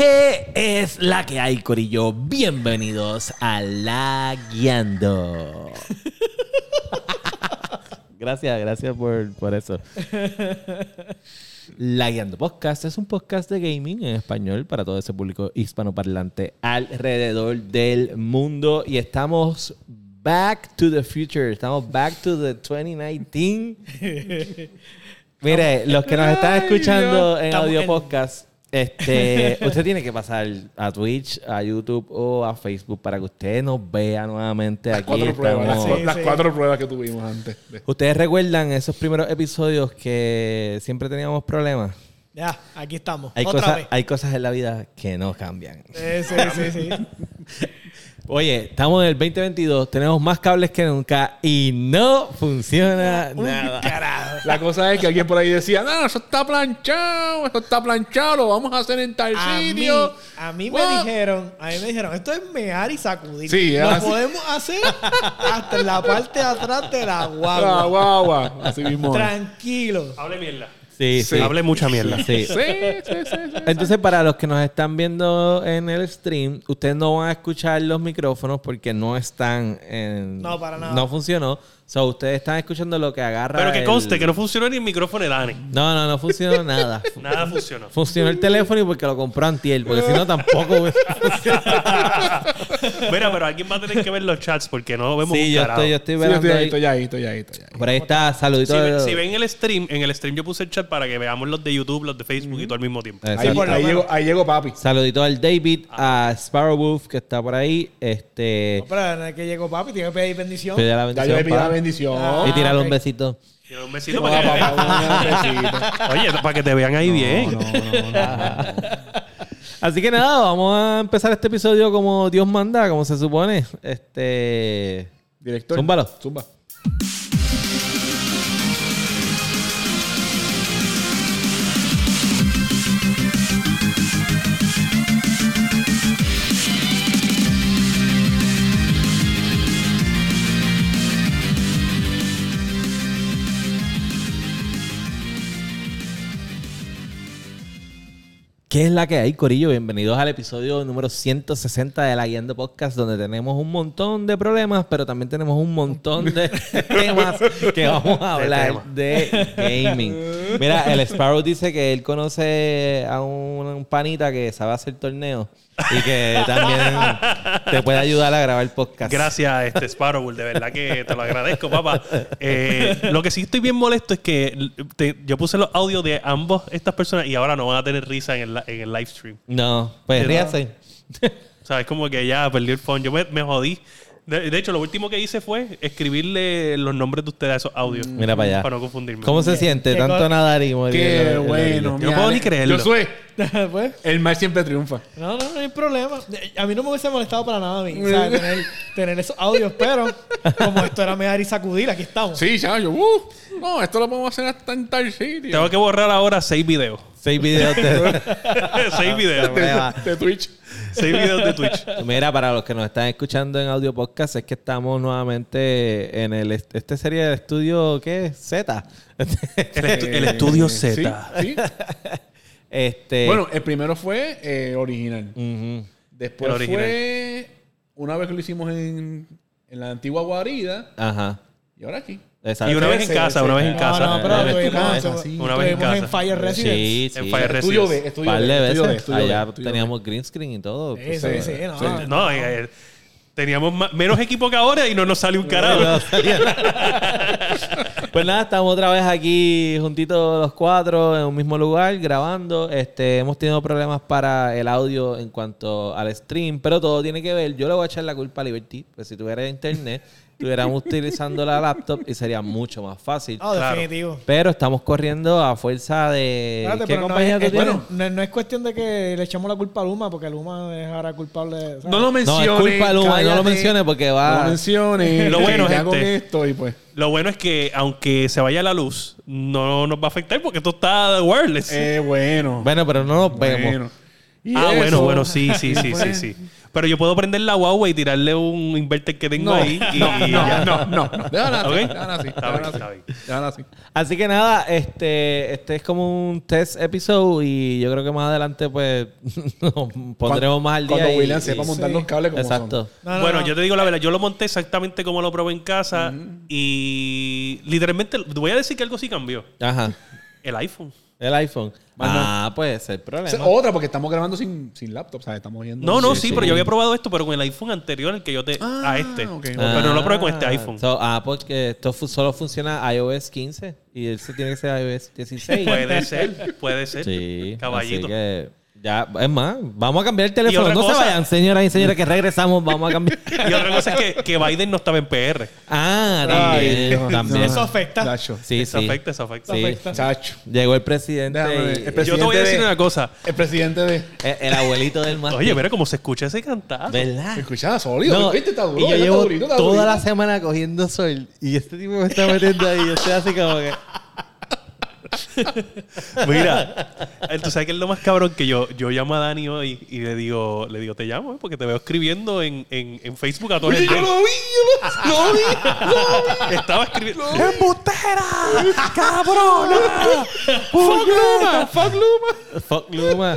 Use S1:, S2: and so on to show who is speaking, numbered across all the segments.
S1: ¿Qué es la que hay, Corillo? Bienvenidos a La Guiando. gracias, gracias por, por eso. La Guiando Podcast es un podcast de gaming en español para todo ese público hispanoparlante alrededor del mundo. Y estamos back to the future. Estamos back to the 2019. Mire, los que nos están
S2: Ay,
S1: escuchando
S2: Dios.
S1: en
S2: Estamos
S1: audio
S2: en-
S1: podcast, este, usted tiene que pasar a Twitch, a YouTube o a Facebook para que usted nos vea nuevamente
S3: Las
S1: aquí.
S3: cuatro pruebas, las,
S1: estamos-
S3: cua-
S2: Sí,
S3: las
S2: sí.
S3: cuatro pruebas que tuvimos antes. de-
S1: ¿Ustedes recuerdan esos primeros episodios que siempre teníamos problemas?
S2: Ya, aquí estamos.
S1: Hay,
S2: Otra
S1: cosas,
S2: vez.
S1: hay cosas en la vida que no cambian.
S2: Eh, sí, sí, sí.
S1: Oye, estamos en el 2022, tenemos más cables que nunca y no funciona nada.
S2: Carajo.
S3: La cosa es que alguien por ahí decía, no, eso está planchado, eso está planchado, lo vamos a hacer en tal
S2: A mí,
S3: sitio.
S2: a mí me
S3: What?
S2: dijeron, a mí me dijeron, esto es mear y sacudir.
S3: Sí, es
S2: Lo
S3: así.
S2: podemos hacer hasta en la parte de atrás de la
S3: La
S2: guagua.
S3: guagua, Ah, así mismo. es.
S2: Tranquilo.
S4: Hable mierda.
S1: Sí, sí.
S4: Hable mucha mierda.
S1: Sí.
S3: Sí, sí, sí, sí.
S1: Entonces, para los que nos están viendo en el stream, ustedes no van a escuchar los micrófonos porque no están en...
S2: No, para nada.
S1: No funcionó. So, ustedes están escuchando lo que agarra
S4: Pero que
S1: el-
S4: conste que no funcionó ni el micrófono de Dani.
S1: No, no, no funcionó nada.
S4: Nada funcionó.
S1: Funcionó el teléfono y porque lo compró Antiel, porque si no tampoco... hubiese funcionado.
S4: Mira, pero alguien va a tener que ver los chats porque no vemos
S1: sí,
S4: un
S1: yo
S4: carajo.
S1: estoy, yo estoy
S3: Sí, yo
S1: velando
S3: estoy ahí,
S1: ahí.
S3: estoy ahí, estoy ahí, estoy ahí.
S1: Por ahí está, saludito.
S4: Si, ve- si ven el stream, en el stream yo puse el chat para que veamos los de YouTube, los de Facebook y todo al mismo tiempo.
S3: Ahí,
S1: Exacto.
S2: por lo
S3: ahí
S2: menos.
S3: llegó, ahí llegó papi.
S1: Saludito al David,
S4: Ah.
S1: a Sparrow Wolf que está por ahí. Este,
S2: No, pero en el que llegó papi, tiene que pedir bendición.
S1: pide la
S3: Ya yo
S1: bendición.
S3: le pedí la
S1: pa,
S3: bendición.
S2: Ah.
S1: y tirarle
S2: ok.
S1: un besito.
S4: Y un besito
S3: Papá,
S4: para que vean.
S3: papá, un besito.
S4: Oye, para que te vean ahí bien.
S3: No, no, no, no.
S1: Así que nada, vamos a empezar este episodio como Dios manda, como se supone. Este.
S3: Director.
S1: Zúmbalo.
S3: Zumba.
S1: ¿Qué es la que hay, Corillo? Bienvenidos al episodio número 160 de la Guiando Podcast, donde tenemos un montón de problemas, pero también tenemos un montón de temas que vamos a
S4: De
S1: hablar
S4: temas.
S1: de gaming. Mira, el Sparrow dice que él conoce a un, un panita que sabe hacer torneos y que también te puede ayudar a grabar podcast.
S4: Gracias, este Sparrow, de verdad que te lo agradezco, papá. Eh, lo que sí estoy bien molesto es que te- yo puse los audios de ambos estas personas y ahora no van a tener risa en el, li- en el live stream.
S1: No, pues
S4: Sí,
S1: ríase.
S4: O sea, es como que ya perdí el phone. Yo me, me jodí. De, de hecho, lo último que hice fue escribirle los nombres de ustedes a esos audios.
S1: Mm. Mira para allá.
S4: Para no confundirme.
S1: ¿Cómo se siente
S2: qué
S1: tanto
S2: cosa-
S1: nadar y morir? en la-
S3: Qué
S1: en la orilla?
S3: bueno.
S4: no puedo ni creerlo.
S3: Yo soy.
S2: Pues,
S3: El mal siempre triunfa.
S2: no, no, no hay problema. A mí no me hubiese molestado para nada a mí, ¿sabes? Tener, tener esos audios, pero como esto era mear y sacudir, aquí estamos.
S3: Sí, ya, yo, uh, no, esto lo podemos hacer hasta en tal sitio.
S4: Tengo que borrar ahora seis videos.
S1: Seis videos de-
S3: Ah.
S4: seis videos.
S1: prueba.
S3: de Twitch.
S4: seis videos de Twitch.
S1: Mira, para los que nos están escuchando en audio podcast, es que estamos nuevamente en el est- este sería el estudio ¿qué? Z.
S4: El, estu- el estudio Z. Eh.
S3: Sí, sí.
S1: Este
S3: Bueno, el primero fue eh, original.
S1: ujú.
S3: Después
S4: Mm. El original.
S3: fue una vez que lo hicimos en, en la antigua guarida
S1: ajá.
S3: y ahora aquí.
S1: Exacto.
S4: Y una vez en
S3: Ese,
S4: casa,
S3: ese.
S4: una vez en
S2: No,
S4: casa.
S2: no, pero
S1: Eh,
S2: tuvimos,
S3: casa, sí.
S4: Una vez en
S2: tuvimos
S4: casa.
S2: Fire Residence.
S1: Sí, sí.
S4: En Fire Res-
S3: Estudio B, estudio
S1: Par
S3: B,
S1: de
S3: estudio B,
S1: veces.
S3: estudio B,
S1: Allá
S3: estudio B.
S1: teníamos green screen y todo.
S2: Sí,
S1: Tú
S2: sí,
S1: sabes.
S2: sí, no.
S4: No, eh, eh, teníamos ma- menos equipo que ahora y no nos sale un carajo.
S1: No salía nada. Pues nada, estamos otra vez aquí juntitos los cuatro en un mismo lugar grabando. Este, hemos tenido problemas para el audio en cuanto al stream, pero todo tiene que ver. Yo le voy a echar la culpa a Liberty, pues si tuviera internet, estuviéramos utilizando la laptop y sería mucho más fácil.
S2: No,
S4: Claro.
S2: definitivo.
S1: Pero estamos corriendo a fuerza de
S2: Espérate,
S1: Eh, ¿Qué
S2: pero no
S1: compañía
S2: es-
S1: tú
S2: es-
S1: tienes?
S2: bueno, no, no es cuestión de que le echamos la culpa a Luma, porque Luma es ahora culpable. ¿sabes?
S3: No lo
S1: No,
S3: menciones.
S1: es culpa de Luma, no lo
S3: cállate.
S1: menciones porque
S3: No lo
S1: va
S3: menciones.
S4: Lo
S3: que
S4: bueno,
S3: ya con
S4: gente.
S3: esto y pues.
S4: Lo bueno es que aunque se vaya la luz, no nos va a afectar porque esto está wireless.
S3: Eh, bueno.
S1: Bueno, pero no nos vemos.
S3: bueno.
S4: ah,
S3: eso.
S4: bueno, bueno, sí, sí, sí, sí,
S3: Pues-
S4: sí. Pero yo puedo prender la guagua y tirarle un inverter que tengo
S3: No,
S4: ahí. Y,
S3: no,
S4: y
S3: no,
S4: ya.
S3: no, no, no. Déjala así,
S4: ¿Ok?
S3: déjala así,
S4: Está bien,
S3: déjala así,
S4: está bien.
S3: déjala así.
S1: Así que nada, este, este es como un test episode y yo creo que más adelante pues nos pondremos más al día.
S3: Cuando
S1: y-
S3: William
S1: y-
S3: sepa
S1: sí.
S3: montar los cables como
S1: Exacto.
S2: No, no,
S4: bueno,
S2: no.
S4: yo te digo la verdad, yo lo monté exactamente como lo probé en casa
S3: Mm.
S4: y literalmente voy a decir que algo sí cambió.
S1: Ajá.
S4: El iPhone.
S1: El iPhone.
S3: Más
S1: Ah, pues ese es el
S3: son.
S1: problema.
S3: Esa es Otra, porque estamos grabando sin, sin laptop, ¿sabes? Estamos yendo.
S4: No, no, sí,
S1: sí.
S4: pero yo había probado esto, pero con el iPhone anterior, el que yo te...
S3: Ah,
S4: a este.
S3: ok.
S4: Pero no lo probé con este
S1: Ah,
S4: iPhone.
S1: so- ah, porque esto fu- solo funciona iOS 15 y ese tiene que ser iOS 16.
S4: Puede ser, puede ser.
S1: Sí.
S4: Caballito.
S1: Así que ya, es más, vamos a cambiar el
S4: otra
S1: teléfono. No
S4: cosa-
S1: se vayan, señoras y señores, que regresamos. Vamos a cambiar.
S4: Y otra cosa es que, que Biden no estaba en PR.
S1: Ah, también.
S3: Ay,
S1: también.
S2: Eso afecta.
S3: Chacho.
S1: Sí,
S4: eso
S1: sí.
S4: afecta, eso afecta.
S1: Sí.
S2: afecta.
S3: Chacho.
S1: Llegó el presidente.
S3: Déjame ver.
S1: y-
S3: El presidente
S4: Yo te voy a decir
S3: de-
S4: una cosa.
S3: El presidente de.
S1: el, el abuelito del más.
S4: Oye, mira cómo se escucha ese cantar.
S1: ¿Verdad?
S3: Escuchaba sólido. ¿Viste? Está duro.
S1: y yo
S3: está
S1: llevo
S3: durito, está
S1: toda
S3: durito.
S1: la semana cogiendo sol y este tipo me está metiendo ahí. Yo estoy así como que.
S4: Mira, eh, tú sabes que es lo más cabrón que yo, yo llamo a Dani hoy y le digo, le digo, te llamo, eh, porque te veo escribiendo en, en, en Facebook a todo
S3: Oye,
S4: el
S3: yo
S4: día.
S3: lo vi, yo lo, lo vi.
S4: Estaba escribiendo.
S1: ¡Embustera! ¡Cabrona!
S3: ¡Fuck Luma! ¡Fuck Luma!
S1: Fuck Luma.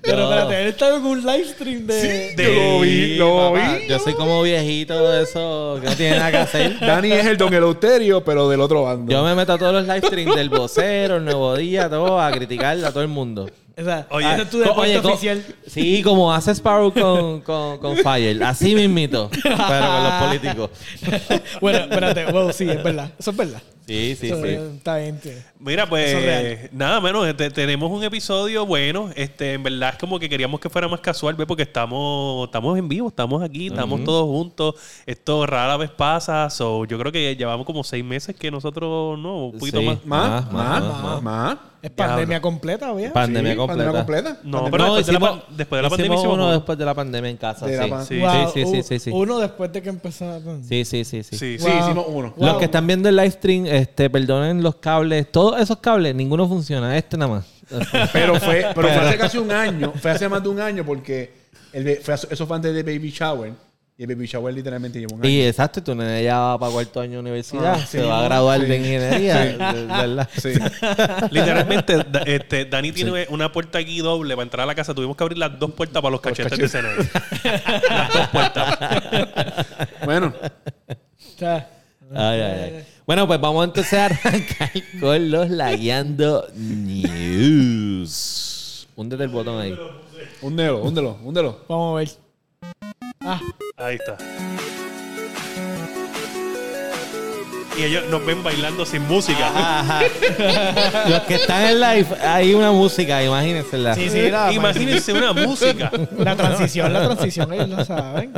S2: Pero
S1: Yo-
S2: espérate, él estaba en un live stream de.
S3: Sí, yo lo vi, lo
S1: papá,
S3: vi.
S1: Yo soy como viejito de eso que no tiene nada que hacer.
S3: Dani es el don Eleuterio, pero del otro bando.
S1: Yo me meto a todos los live streams del vocero, el nuevo día, todo, a criticar a todo el mundo.
S2: O sea,
S4: Oye.
S2: ese es tu
S1: Ah, Co-
S2: deporte
S1: oye, co-
S2: oficial.
S1: Sí, como hace Sparrow con, con, con Fire. Así mismito. Pero con los políticos.
S2: bueno, espérate, wow, sí, es verdad. Eso es verdad.
S1: Sí, sí,
S2: Eso
S1: sí.
S2: es- Está bien, tío.
S4: Mira,
S2: Eso es
S4: pues
S2: real.
S4: nada menos, este, tenemos un episodio bueno. Este, en verdad es como que queríamos que fuera más casual, ¿ve? porque estamos, estamos en vivo, estamos aquí, estamos todos juntos. Esto rara vez pasa. So, yo creo que llevamos como seis meses que nosotros no, un poquito
S1: Sí.
S4: más.
S3: Más,
S1: Más,
S3: más,
S1: más,
S3: más,
S1: más.
S3: más.
S2: Es pandemia completa, obvio.
S1: ah, Pandemia
S3: Sí,
S1: completa.
S3: completa.
S4: No,
S3: Pandemia
S4: pero
S1: No,
S4: después, de la
S1: hicimos-
S4: pan- después de la pandemia
S1: hicimos
S4: hicimos
S1: uno
S4: uno.
S1: después de la pandemia en casa.
S3: De la pan- uh,
S1: Sí. Sí,
S2: Wow,
S1: sí, sí,
S2: u-
S1: sí, sí.
S2: Uno después de que empezó la pandemia.
S1: Sí, sí, sí, sí.
S4: Sí,
S3: Sí, hicimos uno.
S1: Los que están viendo el live stream, este, perdonen los cables. Todos esos cables, ninguno funciona. Este nada más.
S3: Pero fue, pero fue hace casi un año, fue hace más de un año porque el be- fue hace- eso fue antes de Baby Shower. Y el Baby Shower literalmente llevó un año.
S1: y exacto, tu nene ya va para cuarto año de universidad.
S3: Ah,
S1: se
S3: sí,
S1: va a graduar
S3: sí.
S1: de ingeniería. de- de verdad.
S3: Sí.
S4: Literalmente, da- este, Dani tiene una puerta aquí doble para entrar a la casa. Tuvimos que abrir las dos puertas para los cachetes de CNN. las dos puertas.
S3: Bueno,
S2: O sea,
S1: Ay, ay, ay. Bueno, pues vamos entonces a arrancar con los lagueando news. Húndete el botón ahí.
S3: úndelo, úndelo, úndelo.
S2: vamos a ver. Ah,
S4: Ahí está. Y ellos nos ven bailando sin música.
S1: Ajá. Los que están en live, hay una música, imagínensela.
S2: sí, sí, la,
S4: Imagínense una música.
S2: la transición, la transición, ellos lo saben.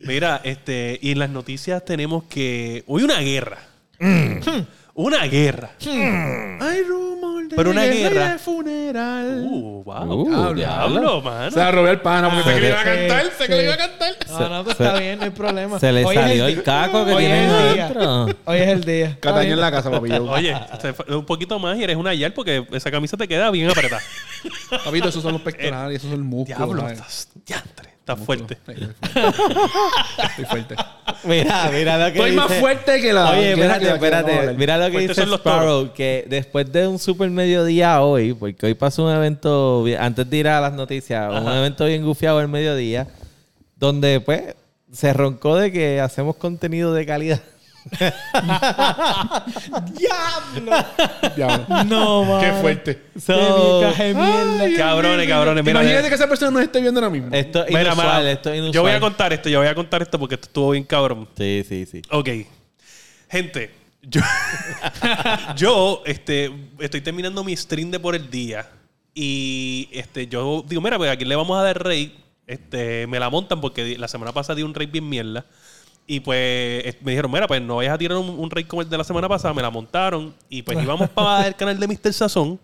S4: Mira, este, y en las noticias tenemos que. Hoy una guerra. Mm. Una guerra.
S3: Hay rumor de
S4: Pero una guerra.
S3: de funeral.
S4: Uh, wow.
S1: Uh,
S4: diablo,
S1: diablo.
S4: diablo, mano.
S3: Se la robé al pana porque
S2: Ah,
S3: sé que le iba a
S2: sí,
S3: cantar, sé que le iba a
S2: sí.
S3: cantar.
S2: No, no, pues
S1: Se-
S2: está bien, no hay problema.
S1: Se le
S2: Hoy es
S1: salió
S2: el
S1: el caco que
S2: hoy
S1: tiene
S2: es el día.
S1: adentro.
S2: Hoy es el día. Está
S3: Cataño
S2: bien.
S3: en la casa, papi. Yo,
S4: Oye, se fue- un poquito más y eres una yal porque esa camisa te queda bien apretada.
S3: Papito, esos son los pectorales, esos son el músculo.
S4: Diablo,
S3: ¿sabes?
S4: estás diantre. Estás fuerte.
S3: Estoy fuerte.
S1: Mira, mira lo que
S3: Estoy más
S1: dice-
S3: fuerte que la.
S1: Oye,
S3: que la-
S1: espérate,
S3: que la- que la-
S1: espérate.
S3: vamos a hablar.
S1: Mira lo que
S4: Fuertes
S1: dice
S4: son los
S1: Sparrow, que después de un super mediodía hoy, porque hoy pasó un evento, bien- antes de ir a las noticias, un evento bien gufiado el mediodía, donde pues se roncó de que hacemos contenido de calidad.
S3: Diablo.
S2: No,
S3: Qué
S2: mano.
S3: fuerte.
S1: So,
S2: Qué caja de mierda.
S3: Ay,
S4: Cabrones, cabrones. Mira,
S3: Imagínate
S4: mira. Este-
S3: que esa persona nos esté viendo ahora mismo.
S1: esto es
S4: Mira,
S1: inusual,
S4: mano,
S1: esto es inusual.
S4: yo voy a contar esto, yo voy a contar esto porque esto estuvo bien cabrón.
S1: Sí, sí, sí.
S4: Ok. Gente, yo, yo este, estoy terminando mi stream de por el día. Y este, yo digo, mira, pues aquí le vamos a dar rey. Este, me la montan porque di- la semana pasada di un rey bien mierda. Y pues es- me dijeron, mira, pues no vayas a tirar un, un rey como el de la semana pasada. Me la montaron. Y pues íbamos para el canal de Mr. Sazón.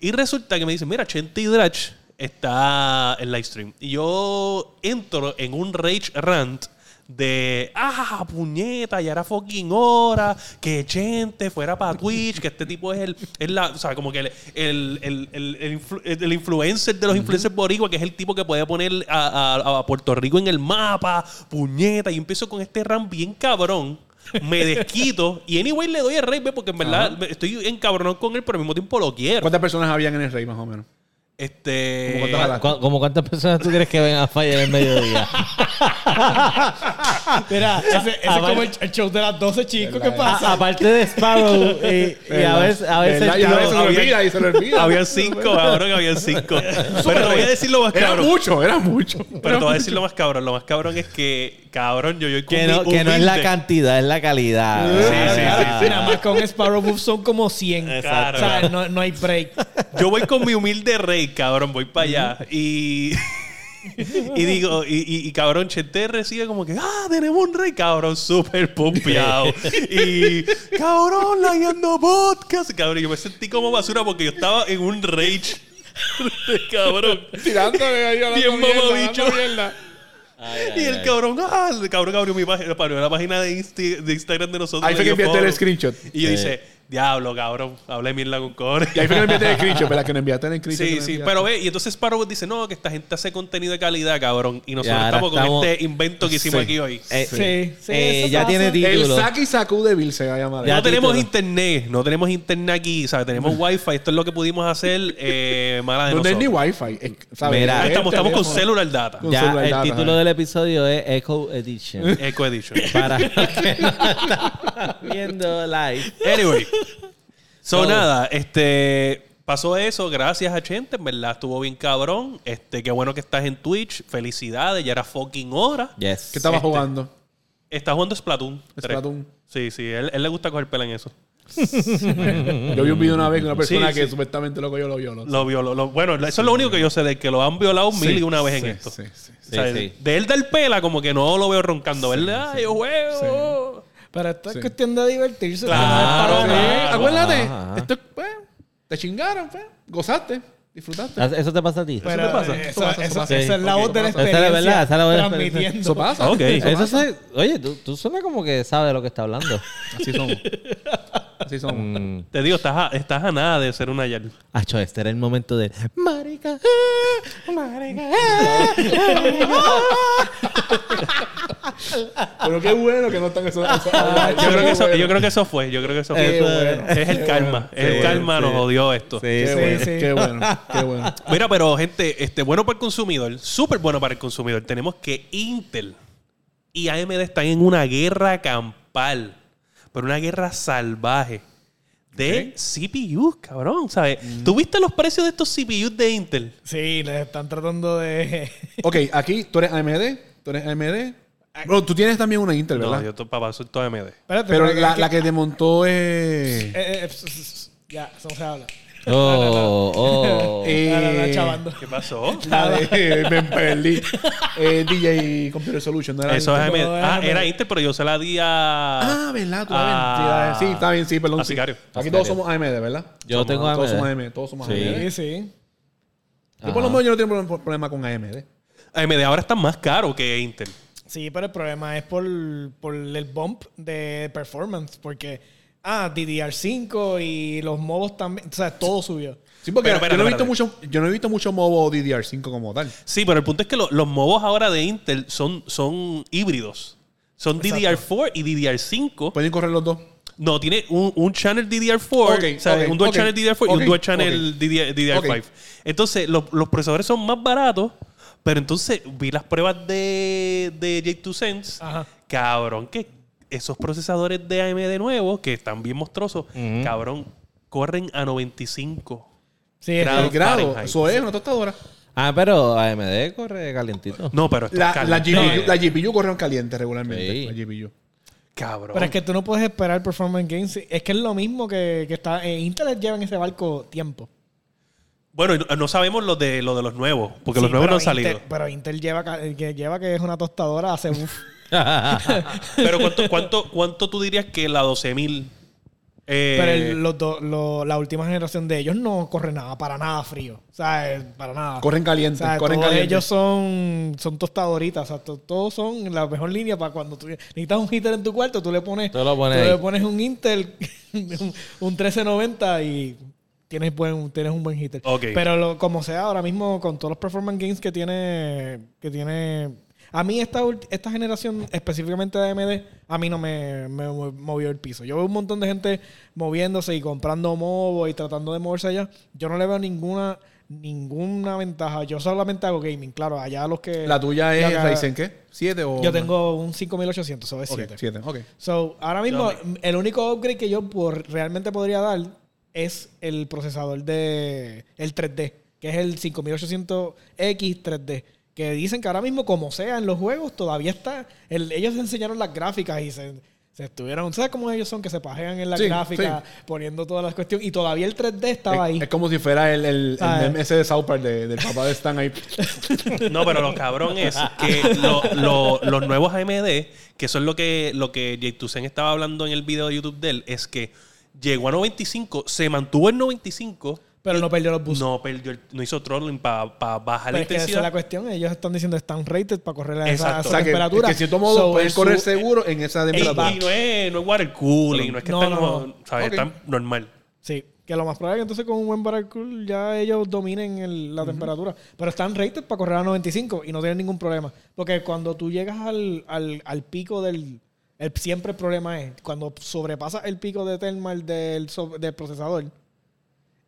S4: Y resulta que me dicen, mira, Chente Hidrach está en live stream. Y yo entro en un rage rant de, ah, puñeta, ya era fucking hora, que gente fuera para Twitch, que este tipo es el, es la, o sea, como que el, el, el, el- el influ- el influencer de los influencers boricua, que es el tipo que puede poner a, a- a Puerto Rico en el mapa, puñeta, y empiezo con este ram bien cabrón. Me desquito y anyway le doy el rey, ve, porque en verdad me- estoy encabronado con él, pero al mismo tiempo lo quiero.
S3: ¿Cuántas personas habían en el rey, más o menos?
S4: Este.
S3: ¿Cómo cuántas-
S1: ¿Cu- como cuántas personas tú crees que ven a fallar el mediodía? Ah,
S2: Mira, ese, ese es
S1: Aparte-
S2: como el, el show de las 12, chicos. ¿Qué
S3: ¿Verdad?
S1: A-
S2: pasa?
S1: aparte de Sparrow y, y a veces, a veces
S3: ¿Verdad? Y a veces se lo
S4: había-
S3: olvida y se lo olvida.
S4: Habían cinco, cabrón, habían cinco. Pero te voy a decir lo más
S3: Era
S4: cabrón.
S3: mucho, era mucho.
S4: Pero te voy a decir lo más cabrón. Lo más cabrón es que, cabrón, yo, yo
S1: que no, que no es la cantidad, es la calidad.
S4: Sí,
S2: Claro,
S4: sí,
S2: claro.
S4: sí, sí.
S2: Nada más con Sparrow Wolf son como 100.
S4: Exacto.
S2: O sea, no, no hay break.
S4: Yo voy con mi humilde rey, cabrón, voy para allá. Y. Y digo, y, y- y cabrón, Chente recibe como que, ah, tenemos un rey, cabrón, súper pompeado. Y, cabrón, layando podcast. Cabrón, yo me sentí como basura porque yo estaba en un rage. cabrón.
S3: Tirándome ahí a la
S4: Bien mamabicho.
S3: mierda.
S4: y el cabrón, ah, el cabrón abrió mi página, abrió la página de, Insti- de Instagram de nosotros.
S3: Ahí fue
S4: le
S3: que
S4: dio
S3: enviaste el
S4: follow.
S3: screenshot.
S4: Y yo dice, diablo, cabrón, hablé mierda con cobre.
S3: Y ahí fue que enviaste el screenshot, ¿verdad? Que no enviaste el screenshot.
S4: Sí, sí, pero ve, y entonces Sparrow dice, no, que esta gente hace contenido de calidad, cabrón, y nosotros
S1: Ya, ahora
S4: estamos con
S1: estamos-
S4: este invento que hicimos
S3: Sí.
S4: aquí hoy.
S1: Eh,
S2: Sí, sí,
S1: eh,
S2: eso
S1: ya
S2: pasa.
S1: tiene
S3: El
S1: título.
S3: saque y sacude se va a llamar.
S1: Ya.
S4: no tenemos
S1: título.
S4: internet, no tenemos internet aquí, ¿sabes? Tenemos wifi, esto es lo que pudimos hacer, eh, mala de
S3: No es
S4: nosotros.
S3: ni wifi. es- ¿sabes?
S1: Mira.
S3: Es el
S4: estamos, estamos con
S3: teléfono.
S4: cellular data,
S3: Con
S1: Ya
S3: celular
S1: el
S3: data,
S1: título
S3: ¿eh?
S1: del episodio es Echo Edition.
S4: Eco Edition.
S1: Para los que no están viendo live.
S4: Anyway. So,
S1: Todo.
S4: nada, este. Pasó eso, gracias a Chente, en verdad estuvo bien cabrón. Este, qué bueno que estás en Twitch. Felicidades, ya era fucking hora.
S1: Yes.
S3: ¿Qué estabas
S4: Este.
S3: jugando?
S4: Estás jugando Splatoon. tres.
S3: Splatoon.
S4: Sí, sí, él, él le gusta coger pela en eso. Mm,
S3: Yo vi un video una vez de una persona
S4: Sí,
S3: que
S4: sí.
S3: supuestamente loco yo lo violó.
S4: Lo violó. lo- bueno, eso es lo único que yo sé de que lo han violado mil y una
S3: Sí,
S4: vez en esto.
S3: sí, sí, sí.
S4: O sea,
S1: Sí,
S4: de-
S1: sí.
S4: De él dar pela, como que no lo veo roncando, ¿verdad? Yo juego.
S2: Pero esto
S3: Sí.
S2: es cuestión de divertirse.
S4: Claro,
S2: Sparrow
S3: Sí,
S2: Wolf.
S4: claro.
S3: ¿eh? Acuérdate,
S4: ah,
S1: Ajá.
S3: esto, pues, te chingaron, pues, gozaste, disfrutaste.
S1: Ah,
S4: Ah,
S1: ¿Eso te pasa a ti?
S2: Pero
S4: te pasa?
S2: Esa,
S3: Eso pasa, eso
S2: esa-
S3: pasa.
S2: esa es la
S3: Ok.
S2: voz de la
S1: Esa es la
S2: experiencia.
S1: verdad, esa es la voz de la experiencia.
S2: transmitiendo.
S3: Eso pasa.
S4: Ok.
S3: Eso
S1: Eso
S3: pasa.
S1: sabe- oye, tú, tú suena como que sabes de lo que está hablando.
S3: Así somos. Así somos.
S1: Mm.
S4: Te digo, estás a, estás a nada de ser una Yal.
S1: Acho, este era el momento de marica, ah, marica, ah, marica, ah.
S3: Pero qué bueno que no están esos. esos-
S4: Yo creo, que eso, yo creo que eso fue. Yo creo que eso fue.
S3: Ah, Qué bueno.
S4: Es el
S3: Qué
S4: karma.
S3: bueno.
S4: Es el
S3: Sí,
S4: karma
S3: sí.
S4: nos odió esto.
S3: Qué
S1: Sí, sí.
S3: bueno,
S2: sí.
S3: qué bueno, qué bueno.
S4: Mira, pero gente, este, bueno para el consumidor, súper bueno para el consumidor. Tenemos que Intel y AMD están en una guerra campal, pero una guerra salvaje de CPUs, cabrón, ¿sabes? ¿Tuviste los precios de estos CPUs de Intel?
S2: Sí, les están tratando de...
S3: Ok, aquí tú eres AMD, tú eres AMD. Bro, tú tienes también una Intel, ¿verdad?
S4: No, yo to- papá, soy todo AMD.
S2: Espérate,
S3: Pero
S2: que-
S3: la,
S2: que-
S3: la que te montó es.
S2: eh, eh, s- s- s- ya, eso no se habla.
S1: Oh, oh.
S3: Eh,
S2: No, no, no, chavando.
S4: ¿Qué pasó?
S3: la de- me perdí. Eh, DJ Computer Solution, ¿no era
S4: Eso es
S3: Intel?
S4: AMD.
S2: No,
S4: Ah,
S2: déjame.
S4: era Intel, pero yo se la di a...
S3: Ah, ¿verdad? Tú también.
S4: Ah.
S3: Sí, está bien, sí, perdón.
S4: A
S3: sí.
S4: Sicario.
S3: Aquí
S1: A
S3: todos
S1: Sicario.
S3: somos AMD, ¿verdad?
S1: Yo
S4: somos-
S1: tengo
S3: Todos somos
S1: AMD.
S3: AMD, todos somos
S1: Sí.
S3: AMD.
S2: Sí, sí.
S3: Yo por lo menos yo no tengo problem- problema con AMD.
S4: AMD ahora está más caro que Intel.
S2: Sí, pero el problema es por, por el bump de performance, porque, ah, DDR5 y los mobos también, o sea, todo subió.
S3: Sí, porque
S4: Pero, espérate,
S3: yo, no he
S4: espérate.
S3: visto mucho, yo no he visto mucho modo DDR5 como tal.
S4: Sí, pero el punto es que lo- los mobos ahora de Intel son, son híbridos. Son DDR4 y DDR5.
S3: Pueden correr los dos.
S4: No, tiene un, un channel DDR4,
S3: Ok,
S4: o sea,
S3: ok,
S4: un dual
S3: ok,
S4: channel DDR4 y
S3: ok,
S4: un dual channel
S3: ok.
S4: DDR- DDR5. Entonces, los, los procesadores son más baratos, pero entonces vi las pruebas de, de J2Sense.
S2: Ajá.
S4: Cabrón, que esos procesadores de AMD nuevos, que están bien monstruosos, cabrón, corren a 95.
S2: Sí,
S4: Claro.
S3: El grado,
S4: Fahrenheit.
S3: eso es una tostadora.
S1: Ah, pero AMD corre calientito.
S4: No, pero está
S3: La, la, GPU,
S2: eh.
S4: caliente.
S3: la GPU corrieron caliente regularmente.
S1: Sí.
S3: La GPU.
S4: Cabrón.
S2: Pero es que tú no puedes esperar Performance Games. Es que es lo mismo que, que está. eh, Intel lleva en ese barco tiempo.
S4: Bueno, y no- no sabemos lo de, lo de los nuevos, porque los
S2: Sí,
S4: nuevos
S2: pero
S4: no han salido.
S2: Intel- pero Intel lleva ca- eh, que, lleva que es una tostadora hace uff.
S4: Pero ¿cuánto, cuánto, ¿cuánto tú dirías que la 12.000 Eh,
S2: Pero el- los dos- lo- la última generación de ellos no corre nada, para nada frío. O sea, eh, para nada.
S3: Corren
S2: O
S3: calientes,
S2: sea,
S3: corren
S2: todos
S3: calientes.
S2: ellos son, son tostadoritas. O sea, to- todos son la mejor línea para cuando tú necesitas un hitter en tu cuarto, tú le pones,
S1: Tú lo pones
S2: tú le
S1: ahí.
S2: pones un Intel, un, un 1390 y tienes, buen, tienes un buen hitter.
S4: Ok.
S2: Pero lo- como sea, ahora mismo con todos los performance games que tiene... Que tiene a mí esta, ult- esta generación, específicamente de AMD, a mí no me, me movió el piso. Yo veo un montón de gente moviéndose y comprando MOBO y tratando de moverse allá. Yo no le veo ninguna ninguna ventaja. Yo solamente hago gaming. Claro, allá los que...
S3: La tuya es
S2: la-
S3: Ryzen, ¿qué? ¿Siete o...?
S2: Yo tengo un 5800, eso es
S3: Ok,
S2: 7.
S3: siete, ok.
S2: So, ahora mismo, el único upgrade que yo por- realmente podría dar es el procesador de el 3D, que es el 5800X 3D. Que dicen que ahora mismo, como sea, en los juegos todavía está. el- ellos enseñaron las gráficas y se, se estuvieron. ¿Sabes cómo ellos son? Que se pajean en las
S3: Sí, Eh,
S2: gráficas, poniendo todas las cuestiones. Y todavía el 3D estaba
S3: es,
S2: ahí.
S3: es como si fuera el, el,
S2: Ah,
S3: el meme ese de South Park de- del papá de Stan ahí.
S4: No, pero lo cabrón es que lo- lo- los nuevos AMD, que eso es lo que, lo que Jay Tusen estaba hablando en el video de YouTube de él, es que llegó a 95, se mantuvo en 95,
S2: pero no perdió los boosts.
S4: no perdió el- no hizo trolling para bajar
S2: Pero
S4: la
S2: es que esa es la
S4: intensidad.
S2: cuestión. Ellos están diciendo están rated para correr a esa,
S4: Exacto.
S2: a
S3: o
S2: esa
S3: sea, que,
S2: temperatura.
S3: que si tomo modo
S2: So,
S3: puedes
S2: el
S3: correr
S2: su-
S3: seguro en esa
S4: Y,
S3: temperatura.
S4: y no es, no es water cooling, no es que
S2: No,
S4: está
S2: no,
S4: como,
S2: no.
S4: ¿sabes?
S3: Ok.
S4: Está normal.
S2: Sí, que lo más probable es que entonces con un buen Barracool ya ellos dominen el- la temperatura. Pero están rated para correr a 95 y no tienen ningún problema. Porque cuando tú llegas al, al- al pico del... el- siempre el problema es cuando sobrepasas el pico de thermal del, so- del procesador,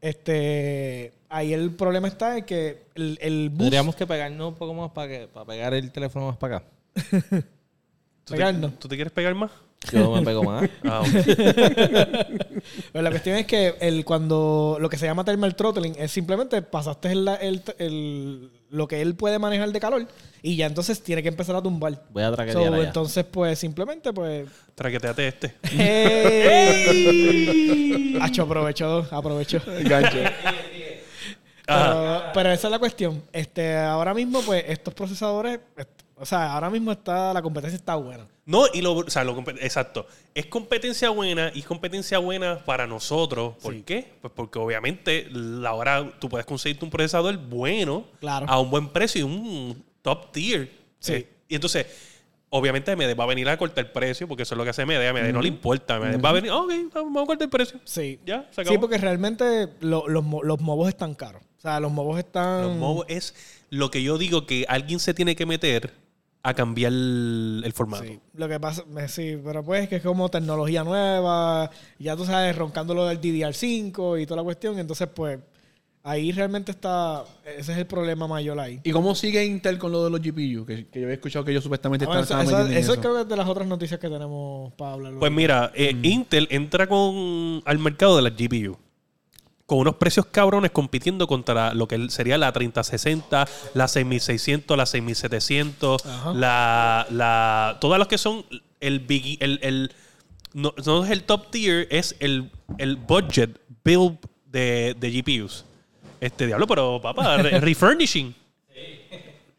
S2: este ahí el problema está en que el, el boost...
S1: Tendríamos que pegarnos un poco más para, que, para pegar el teléfono más para acá.
S4: ¿Tú te,
S2: Pegarnos.
S4: tú te quieres pegar más?
S1: Yo me pego más.
S4: Ah, ok.
S2: Pero la cuestión es que el, cuando lo que se llama thermal throttling es simplemente pasaste el, el- el- lo que él puede manejar de calor y ya entonces tiene que empezar a tumbar.
S1: Voy a traquetear
S2: So,
S1: allá.
S2: entonces, pues simplemente, pues.
S4: Traqueteate este.
S2: ¡Ey! Hacho, aprovecho, aprovecho.
S3: Gancho.
S4: Ah.
S2: Pero, pero esa es la cuestión. Este, ahora mismo, pues, estos procesadores, est- o sea, ahora mismo está, la competencia está buena.
S4: No, y lo, o sea, lo compet- exacto. Es competencia buena y es competencia buena para nosotros. ¿Por qué? Pues porque obviamente la hora tú puedes conseguirte un procesador bueno
S2: Claro.
S4: a un buen precio y un top tier.
S2: Sí.
S4: Eh, y entonces, obviamente AMD va a venir a cortar el precio porque eso es lo que hace AMD. AMD no le importa. AMD va a venir, "Ah, ok, vamos a cortar el precio.
S2: Sí.
S4: Ya, se acabó.
S2: Sí, porque realmente lo- los, mo- los mobos están caros. O sea, los mobos están.
S4: Los mobos es lo que yo digo que alguien se tiene que meter a cambiar el, el formato.
S2: Sí, lo que pasa, me- sí, pero pues que es como tecnología nueva, ya tú sabes, roncando lo del DDR5 y toda la cuestión, entonces pues ahí realmente está, ese es el problema mayor ahí.
S3: ¿Y cómo sigue Intel con lo de los GPU? Que, que yo había escuchado que ellos supuestamente
S2: Ah, bueno,
S3: están,
S2: eso,
S3: estaban
S2: eso-
S3: metiendo en
S2: eso
S3: eso.
S2: creo que es de las otras noticias que tenemos para hablar.
S4: Pues mira, eh, Intel entra con al mercado de las GPU. Con unos precios cabrones compitiendo contra lo que sería la 3060, la 6600, la 6700,
S2: Ajá.
S4: la, la. Todas las que son el big. El, el- no, no es el top tier, es el, el budget build de, de GPUs. Este diablo, pero papá, re- refurnishing.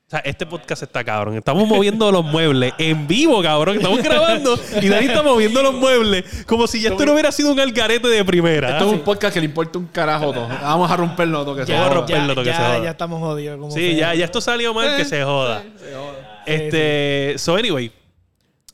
S4: O sea, este podcast está cabrón. Estamos moviendo los muebles en vivo, cabrón. Estamos grabando y Dani está moviendo los muebles como si ya esto no hubiera sido un algarete de primera.
S3: Esto es un podcast que le importa un carajo todo. Vamos a romperlo todo que se
S4: Ya,
S3: joda.
S4: rompe- romperlo,
S2: ya,
S4: que se
S2: ya,
S4: joda.
S2: ya estamos jodidos. como
S4: Sí,
S2: sea.
S4: ya, ya esto salió mal, que se joda. Este, so anyway.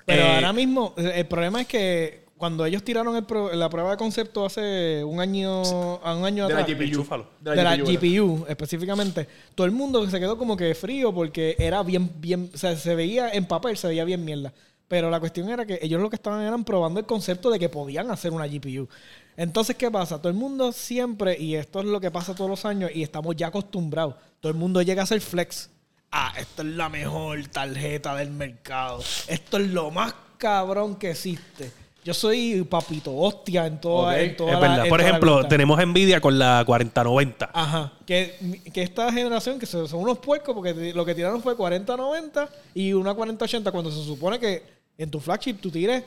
S2: Pero
S4: eh,
S2: ahora mismo, eh, el problema es que cuando ellos tiraron el pro- la prueba de concepto hace un año, a un año
S3: De la
S2: atrás.
S3: GPU.
S4: enchúfalo.
S2: de la
S3: era.
S2: GPU específicamente, todo el mundo se quedó como que frío porque era bien, bien, o sea, se veía en papel, se veía bien mierda. Pero la cuestión era que ellos lo que estaban eran probando el concepto de que podían hacer una GPU. Entonces, ¿qué pasa? Todo el mundo siempre, y esto es lo que pasa todos los años, y estamos ya acostumbrados, todo el mundo llega a hacer flex. Ah, esta es la mejor tarjeta del mercado. Esto es lo más cabrón que existe. Yo soy papito hostia en toda,
S3: Ok,
S2: en toda la-
S4: es verdad.
S2: en toda
S4: Por
S2: la
S4: ejemplo,
S2: cuenta.
S4: tenemos envidia con la 4090.
S2: Ajá. Que, que esta generación, que son son unos puercos, porque ti- lo que tiraron fue 40-90 y una 40-80, cuando se supone que en tu flagship tú tires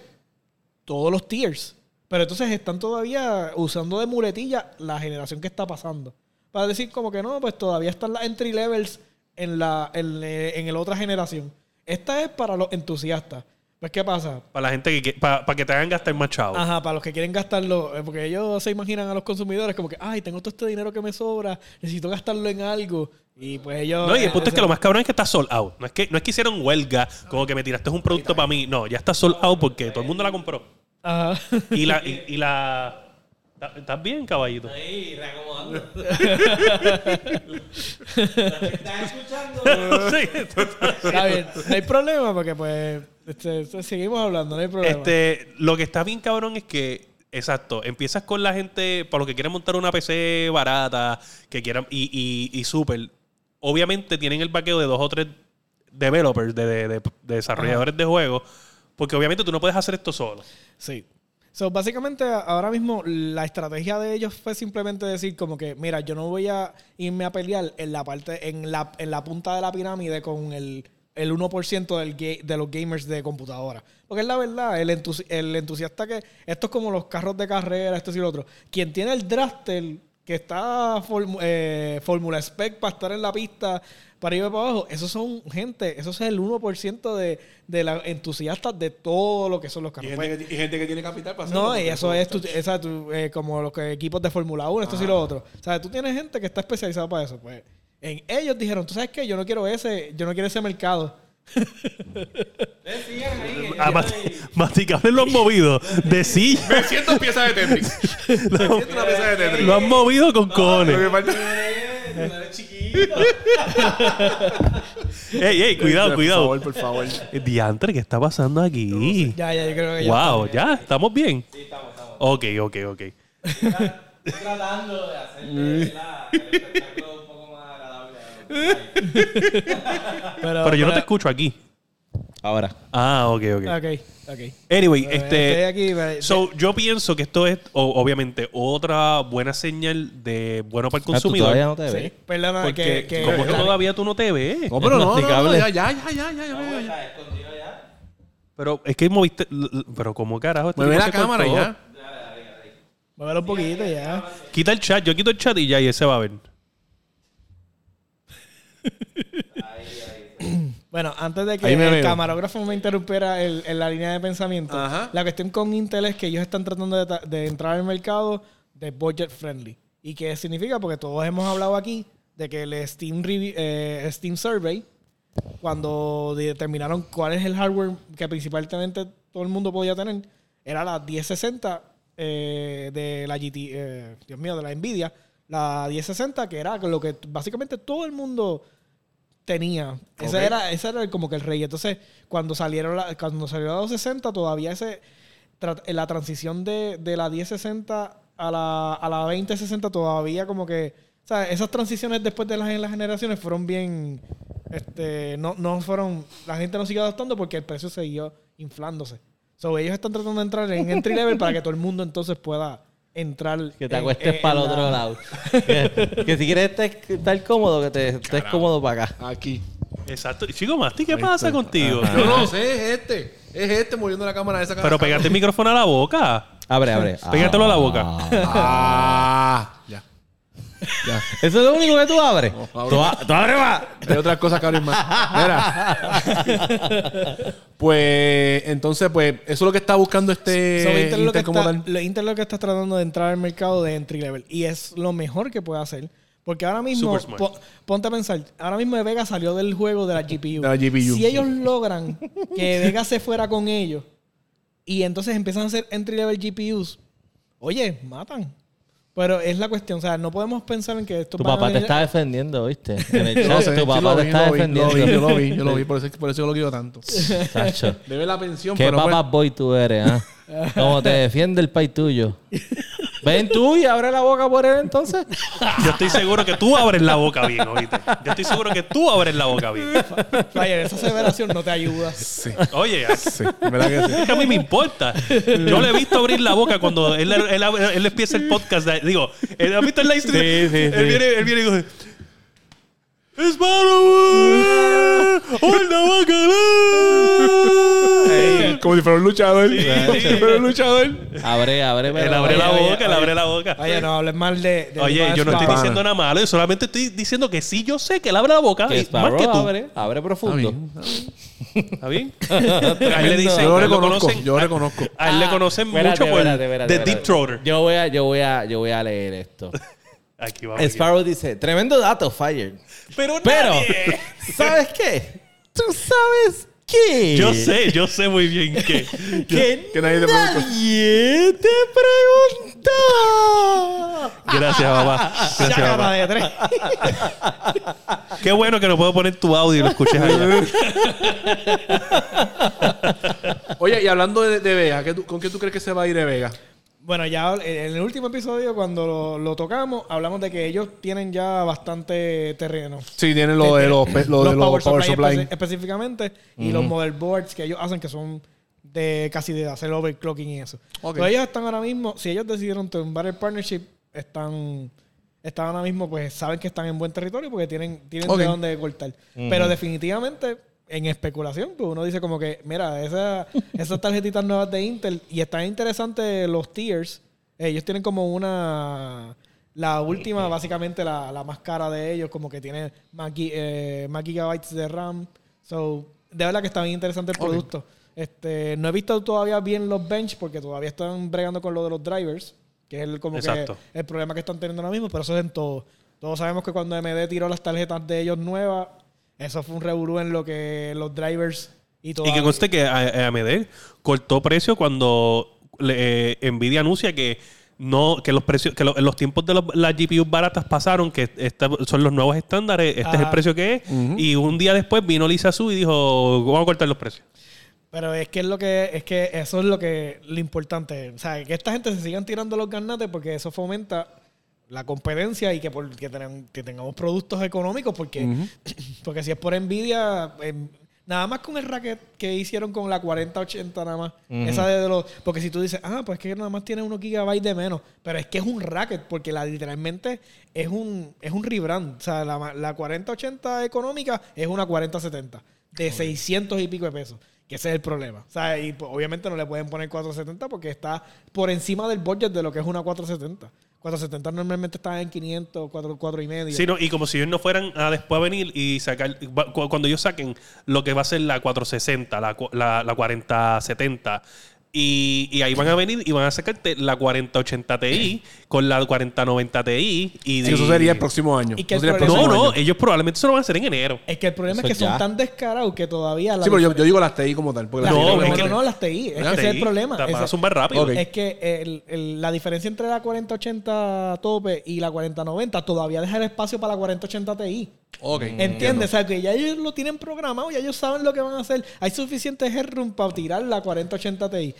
S2: todos los tiers. Pero entonces están todavía usando de muletilla la generación que está pasando. Para decir como que no, pues todavía están las entry levels en la en, eh, en el otra generación. Esta es para los entusiastas. Pues, ¿qué pasa?
S4: Para la gente que, para, que te hagan gastar más chavo.
S2: Ajá, para los que quieren gastarlo, eh, porque ellos se imaginan a los consumidores como que, ay, tengo todo este dinero que me sobra, necesito gastarlo en algo. Y pues ellos.
S4: No, y el
S2: eh,
S4: punto es que lo más cabrón es que está sold out. No es que, no es que hicieron huelga, como que me tiraste un producto para mí. No, ya está sold out porque todo el mundo la compró.
S2: Ajá.
S4: Y la. Y, y la ¿Está- ¿Estás bien, caballito?
S1: Ahí, reacomodando. ¿Estás escuchando?
S4: Sí,
S2: Está bien, no hay problema porque pues este, este, seguimos hablando, no hay problema.
S4: Este, lo que está bien cabrón es que, exacto, empiezas con la gente, para los que quieren montar una PC barata, que quieran, y, y, y súper, obviamente tienen el vaqueo de dos o tres developers, de, de- de- de desarrolladores de juegos, porque obviamente tú no puedes hacer esto solo.
S2: Sí. So, básicamente, ahora mismo la estrategia de ellos fue simplemente decir como que, mira, yo no voy a irme a pelear en la parte, en la, en la punta de la pirámide con el, el 1% del ga- de los gamers de computadora. Porque es la verdad, el, entusi- el entusiasta que, esto es como los carros de carrera, esto y lo otro. Quien tiene el draster que está formu- eh, Fórmula Spec para estar en la pista, para ir para abajo, esos son gente, esos es el 1% de, de los entusiastas de todo lo que son los
S3: Y
S2: carros. Pues,
S3: gente, que, y gente que tiene capital para hacerlo.
S2: no, y eso es tu- esa, tu- eh, como los que- equipos de Fórmula 1, esto sí lo otro. O sea, tú tienes gente que está especializada para eso. Pues en ellos dijeron, tú sabes qué, yo no quiero ese, yo no quiero ese mercado.
S4: Ah, mati- masticable lo han movido de silla.
S3: Me siento pieza de Tetris. Me siento una pieza de Tetris.
S4: Lo han movido
S3: Lo
S4: con
S3: que
S4: cojones.
S3: falta-
S4: Ey, ey, cuidado,
S3: Por
S4: cuidado. Eh,
S3: favor, por favor.
S4: Diantre, ¿qué está pasando aquí?
S2: Ya, ya, yo creo que ya.
S4: Wow, ¿ya? ¿Estamos bien? Sí, estamos, estamos. Ok, ok, ok.
S1: Estoy tratando de hacerle la- el espectáculo un poco más agradable.
S2: Pero,
S4: Pero yo no te escucho aquí.
S1: Ahora.
S4: Ah, ok, ok.
S2: Ok, ok.
S4: Anyway,
S2: Estoy
S4: este.
S2: aquí, pero-
S4: So, yo pienso que esto es, o- obviamente, otra buena señal de bueno para el
S1: Ah, tú
S4: consumidor.
S1: todavía no te
S2: sí,
S1: ves.
S2: perdona, que,
S4: porque
S2: que-
S4: como
S2: que-
S4: todavía tú no te ves.
S3: No, pero no, no, no,
S1: Masticable.
S3: ya, ya, ya, ya, ya, ya, ya.
S1: Está escondido ya.
S4: Pero es que moviste. l- l- Pero como carajo. este
S3: Mueve
S4: tipo
S3: la
S4: se
S3: cámara
S4: cortó.
S3: ya.
S2: muévelo un poquito ya.
S4: Quita el chat, yo quito el chat y ya, y ese va a ver.
S2: Bueno, antes de que
S3: Ahí me
S2: el
S3: veo.
S2: camarógrafo me interrumpiera el- en la línea de pensamiento,
S3: Ajá.
S2: la cuestión con Intel es que ellos están tratando de, ta- de entrar al mercado de budget friendly. ¿Y qué significa? Porque todos hemos hablado aquí de que el Steam, Revi- eh, Steam Survey, cuando determinaron cuál es el hardware que principalmente todo el mundo podía tener, era la 1060 eh, de la GT, eh, Dios mío, de la Nvidia, la 1060 que era lo que básicamente todo el mundo tenía. Ese
S3: Ok.
S2: era, ese era como que el rey. Entonces, cuando salieron la, cuando salió la 260, todavía ese tra- la transición de, de la 1060 a la, a la 2060 todavía como que. O sea, esas transiciones después de las, en las generaciones fueron bien. Este, no, no fueron. La gente no siguió adaptando porque el precio siguió inflándose. So, ellos están tratando de entrar en entry level para que todo el mundo entonces pueda entrar.
S1: Que te
S2: en-
S1: acuestes
S2: en-
S1: para el
S2: en la-
S1: otro lado. que, que si quieres estar, estar cómodo, que te estés cómodo para acá.
S3: Aquí.
S4: Exacto. Chico, Masti, ¿qué pasa contigo?
S3: Yo Ah, no sé, es este. Es este moviendo la cámara de esa
S4: Ah. Pero pegarte el micrófono a la boca.
S1: Abre, abre.
S4: Pégatelo a la boca.
S3: Ah, ya. Ya.
S1: Eso es lo único que tú abres.
S3: abro.
S1: tú, a- tú abres más.
S3: Hay otras cosas que abrir más. Mira. pues, entonces, pues, eso es lo que está buscando este
S2: So, Intel, lo que
S3: Intel como
S2: está,
S3: tal.
S2: lo- Intel lo que está tratando de entrar al mercado de entry level y es lo mejor que puede hacer. Porque ahora mismo,
S4: Super smart.
S2: po- ponte a pensar, ahora mismo Vega salió del juego de la GPU.
S3: De la GPU.
S2: Si ellos logran que Vega se fuera con ellos y entonces empiezan a hacer entry level GPUs, oye, matan. Pero es la cuestión, o sea, no podemos pensar en que esto
S1: Tu
S2: van a
S1: papá te
S2: venir-
S1: está defendiendo, ¿viste? En el
S3: Yo
S1: chat,
S3: lo sé,
S1: tu
S3: sí,
S1: papá
S3: lo
S1: te
S3: vi,
S1: está
S3: lo vi,
S1: defendiendo.
S3: Lo vi, yo lo vi, yo lo vi, por eso, por eso yo lo quiero tanto.
S1: Chacho.
S3: Debe la pensión,
S1: Qué
S3: pero pues-
S1: papá boy tú eres, ¿ah? Como te defiende el país tuyo. Ven tú y abre la boca por él entonces.
S4: Yo estoy seguro que tú abres la boca bien, ¿oíste? Yo estoy seguro que tú abres la boca bien.
S2: Vaya, esa aseveración no te ayuda.
S3: Sí,
S4: Oye,
S3: sí, de verdad que sí.
S4: Es que a mí me importa. Yo le he visto abrir la boca cuando él, él- él empieza el podcast. Digo, él ha visto el live stream.
S1: Sí, sí,
S4: él,
S1: sí.
S4: Viene, él viene y dice: ¡Es Halloween! ¡Hoy la bacala!
S3: Como si fuera un luchador.
S4: Sí, sí.
S3: Pero un luchador.
S1: Abre, abre.
S4: Él
S1: pero-
S4: abre la
S2: Oye,
S4: boca, él
S2: oye,
S4: abre la boca.
S2: Vaya, no hables mal de... de
S4: Oye,
S2: Luma
S4: yo no estoy
S2: Spa.
S3: Pana.
S4: diciendo nada malo, yo solamente estoy diciendo que sí, yo sé que él abre la boca,
S1: Ah, Que
S4: y- más
S1: Sparrow
S4: que tú.
S1: abre, abre
S3: Está
S1: profundo.
S3: bien, está bien.
S4: ¿Está bien? a él le dicen,
S3: Yo lo
S4: a él
S3: reconozco,
S4: conocen-
S3: yo lo
S4: a-
S3: reconozco.
S4: A
S1: Ah,
S4: él le conocen mucho por The Deep Throater.
S1: Yo voy a, yo voy a, yo voy a leer esto.
S4: Aquí vamos. aquí.
S1: Sparrow dice, tremendo dato, Fire.
S4: Pero,
S1: Pero,
S4: nadie-
S1: ¿sabes qué? ¿Tú sabes qué?
S4: Yo sé, yo sé muy bien que.
S1: Que,
S3: que nadie
S1: nadie,
S3: te preguntó.
S1: te preguntó.
S4: Gracias, papá. Gracias,
S2: Chácata
S4: papá.
S2: de tres.
S4: Qué bueno que no puedo poner tu audio y lo escuches allá.
S3: Oye, y hablando de, de Vega, ¿qué tú- ¿con qué tú crees que se va a ir de Vega?
S2: Bueno, ya en el último episodio, cuando lo, lo tocamos, hablamos de que ellos tienen ya bastante terreno.
S3: Sí, tienen lo de los, pe- lo de los power, supply.
S2: espe- específicamente y los motherboards que ellos hacen que son de casi de hacer overclocking y eso.
S3: Ok.
S2: Pero ellos están ahora mismo, si ellos decidieron tumbar el partnership, están, están ahora mismo, pues saben que están en buen territorio porque tienen, tienen
S3: Ok.
S2: de dónde cortar. Pero definitivamente, en especulación, pues uno dice como que, mira, esa- esas tarjetitas nuevas de Intel y están interesantes los tiers. eh, Ellos tienen como una... La última, básicamente, la, la más cara de ellos, como que tiene más, gi- eh, más gigabytes de RAM. So, de verdad que está bien interesante el producto. Este, no he visto todavía bien los bench porque todavía están bregando con lo de los drivers, que es el, como
S4: Exacto.
S2: que el problema que están teniendo ahora mismo, pero eso es en todo. Todos sabemos que cuando AMD tiró las tarjetas de ellos nuevas, eso fue un revolú en lo que los drivers y todo.
S4: Y que conste que a- AMD cortó precio cuando le- eh, Nvidia anuncia que no que los precios que lo- los tiempos de los- las GPUs baratas pasaron que esta- son los nuevos estándares este es el
S2: Ajá.
S4: precio que es y un día después vino Lisa Su y dijo vamos a cortar los precios
S2: Pero es que es lo que es que eso es lo que lo importante, o sea, que esta gente se sigan tirando los garnates porque eso fomenta la competencia y que, por- que, tengan- que tengamos productos económicos porque porque si es por envidia em, nada más con el racket que hicieron con la 4080 nada más, esa de los porque si tú dices, "Ah, pues es que nada más tiene unos gigabytes de menos", pero es que es un racket porque la literalmente es un es un rebrand, o sea, la, ma- la 4080 económica es una 4070 de 600 y pico de pesos. Que ese es el problema. O sea, y pues, obviamente no le pueden poner 470 porque está por encima del budget de lo que es una 470. 470 normalmente está en 500, 4, 4 y medio.
S4: Sí, no, y como si ellos no fueran a después venir y sacar, va- cu- cuando ellos saquen lo que va a ser la 460, la, cu- la, la 4070, y, y ahí van a venir y van a sacarte la 4080 Ti con la 4090 Ti. Y,
S3: Sí, eso sería el próximo año.
S2: ¿Y qué
S3: Eso sería el
S2: problema?
S4: No,
S3: próximo
S4: no,
S3: año.
S4: ellos probablemente se lo van a hacer en enero.
S2: Es que el problema
S1: Eso
S2: es que
S1: ya.
S2: son tan descarados que todavía la
S3: Sí, pero yo, yo
S2: diferen-
S3: digo las TI como tal. Porque las
S2: la-
S4: No,
S3: TI
S2: no,
S4: es
S2: no,
S4: que-
S2: no, las TI. Es que
S4: Las
S2: ese es el
S4: TI,
S2: problema.
S4: te van a
S2: Ese-
S4: zumbar rápido.
S3: Ok.
S2: Es que el- el- la diferencia entre la 4080 tope y la 4090 todavía deja el espacio para la 4080 Ti.
S4: Mm,
S3: Ok.
S2: ¿Entiendes? O sea, que ya ellos lo tienen programado, ya ellos saben lo que van a hacer. Hay suficiente headroom para tirar la 4080 Ti.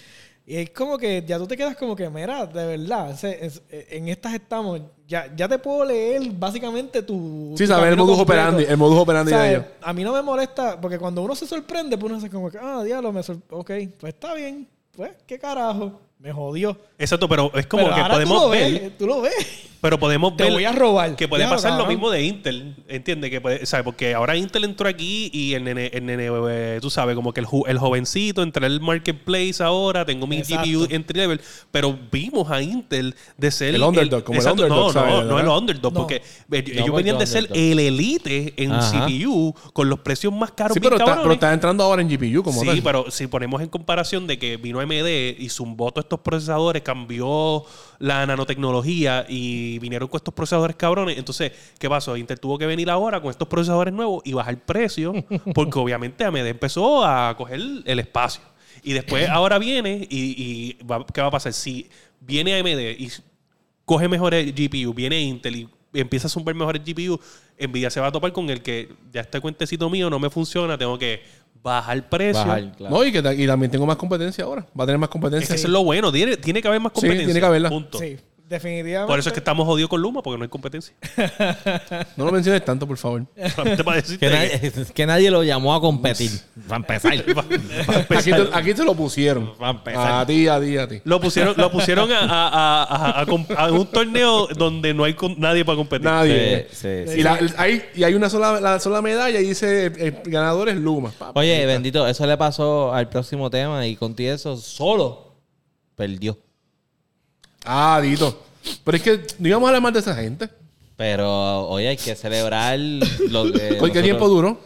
S2: Y es como que ya tú te quedas como que, mira, de verdad, se- es- eh, en estas estamos. Ya, ya te puedo leer básicamente tu.
S3: Sí,
S2: tu
S3: saber el
S2: camino
S3: modus
S2: completo.
S3: operandi, el modus operandi de
S2: ¿Sabes?
S3: ellos.
S2: A mí no me molesta, porque cuando uno se sorprende, pues uno hace como que, ah, diablo, me sor- Ok, pues está bien. Pues, qué carajo. Me jodió.
S4: Exacto, pero es como
S2: Pero
S4: que
S2: ahora
S4: podemos
S2: tú lo
S4: ver.
S2: ves, tú lo ves.
S4: Pero podemos
S2: Te
S4: ver
S2: voy a robar.
S4: que puede
S2: Diablo,
S4: pasar lo
S2: cabrón.
S4: mismo de Intel, ¿entiendes? Que puede, ¿sabes? Porque ahora Intel entró aquí y el nene, el nene, eh, tú sabes, como que el, ju- el jovencito entra al marketplace ahora, tengo mi
S2: Exacto.
S4: GPU entry level, pero vimos a Intel de ser
S3: El underdog, como el underdog,
S4: no,
S3: ¿sabes?
S4: no, no el
S3: ¿verdad?
S4: underdog,
S2: No.
S4: porque eh, ellos
S1: porque
S4: venían de ser
S1: underdog.
S4: el elite en
S1: Ajá.
S4: CPU con los precios más caros.
S3: Sí,
S4: bien
S3: pero está, pero
S4: cabrones.
S3: está entrando ahora en GPU como tal.
S4: Sí, pero si ponemos en comparación de que vino AMD y zumbó todos estos procesadores, cambió la nanotecnología y vinieron con estos procesadores cabrones, entonces, ¿qué pasó? Intel tuvo que venir ahora con estos procesadores nuevos y bajar precio, porque obviamente AMD empezó a coger el espacio. Y después ahora viene y, y va- ¿qué va a pasar? Si viene AMD y coge mejores GPU, viene Intel y empieza a zumbar mejores GPU, Nvidia se va a topar con el que ya este cuentecito mío no me funciona, tengo que bajar precio.
S1: Bajar, claro.
S3: No, y, que, ta- y también tengo más competencia ahora. Va a tener más
S4: Es que
S3: competencia.
S4: eso es lo bueno, tiene, tiene que haber más
S3: Sí,
S4: competencia.
S3: tiene que haberla.
S4: punto.
S2: Sí, definitivamente.
S4: Por eso es que estamos jodidos con Luma, porque no hay competencia.
S3: No lo menciones tanto, por favor.
S4: Solamente para decirte
S1: Que
S4: que-
S1: nadie, que nadie lo llamó a competir. Para empezar.
S4: para
S3: Aquí
S4: empezar.
S3: te, aquí te lo pusieron.
S1: Va a empezar.
S3: A ti, a ti, a ti.
S4: Lo pusieron, lo pusieron a, a- a- a- a comp- a un torneo donde no hay con- nadie para competir.
S3: Nadie.
S1: Sí, sí,
S3: Y, la- el- hay, y hay una sola, la sola medalla y dice el, el ganador es Luma. Pa, pa.
S1: Oye, bendito, eso le pasó al próximo tema y Conti eso solo perdió.
S3: Ah, Dito. Pero es que no íbamos a hablar más de esa gente.
S1: Pero, oye, hay que celebrar lo que.
S3: ¿Con ¿Qué
S1: nosotros-
S3: tiempo duró?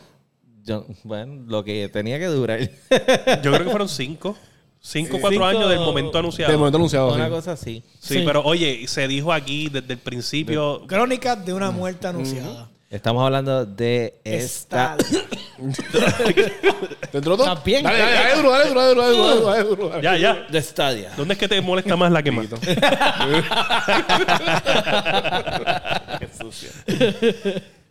S1: Yo- bueno, lo que tenía que durar.
S4: Yo creo que fueron cinco. Cinco o cuatro
S1: Cinco-
S4: años del momento anunciado.
S3: De momento anunciado.
S1: Una
S3: sí.
S1: cosa así.
S4: Sí,
S2: Sí.
S4: pero oye, se dijo aquí desde el principio.
S2: Crónica de una muerte anunciada.
S1: Estamos hablando de esta.
S2: Está.
S3: ¿Te entró todo?
S2: También.
S3: Dale, dale, dale duro, dale duro, dale duro, dale duro, dale duro, dale duro.
S4: Ya, ya.
S1: De Stadia.
S4: ¿Dónde es que te molesta más la que más?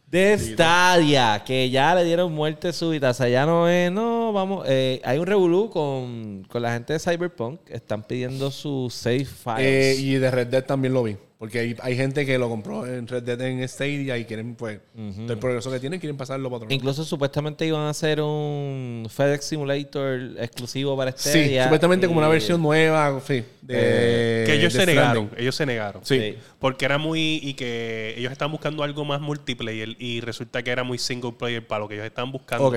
S1: De Stadia, que ya le dieron muerte súbita. O sea, ya no es. No, vamos. eh, hay un revolú con, con la gente de Cyberpunk. Están pidiendo sus save
S3: Eh,
S1: files.
S3: y de Red Dead también lo vi. Porque hay, hay gente que lo compró en Red Dead en Stadia y quieren, pues, el progreso que tienen, quieren pasarlo para otro lado.
S1: Incluso supuestamente iban a hacer un FedEx Simulator exclusivo para
S3: Sí,
S1: Stadia.
S3: supuestamente como una
S1: y-
S3: versión nueva, sí. de-
S4: Eh, que ellos
S3: Eh, de
S4: se
S3: Stranding.
S4: negaron. Ellos se negaron.
S3: Sí.
S1: Sí.
S4: Porque era muy. Y que ellos estaban buscando algo más multiplayer. Y resulta que era muy single player para lo que ellos estaban buscando.
S3: Ok.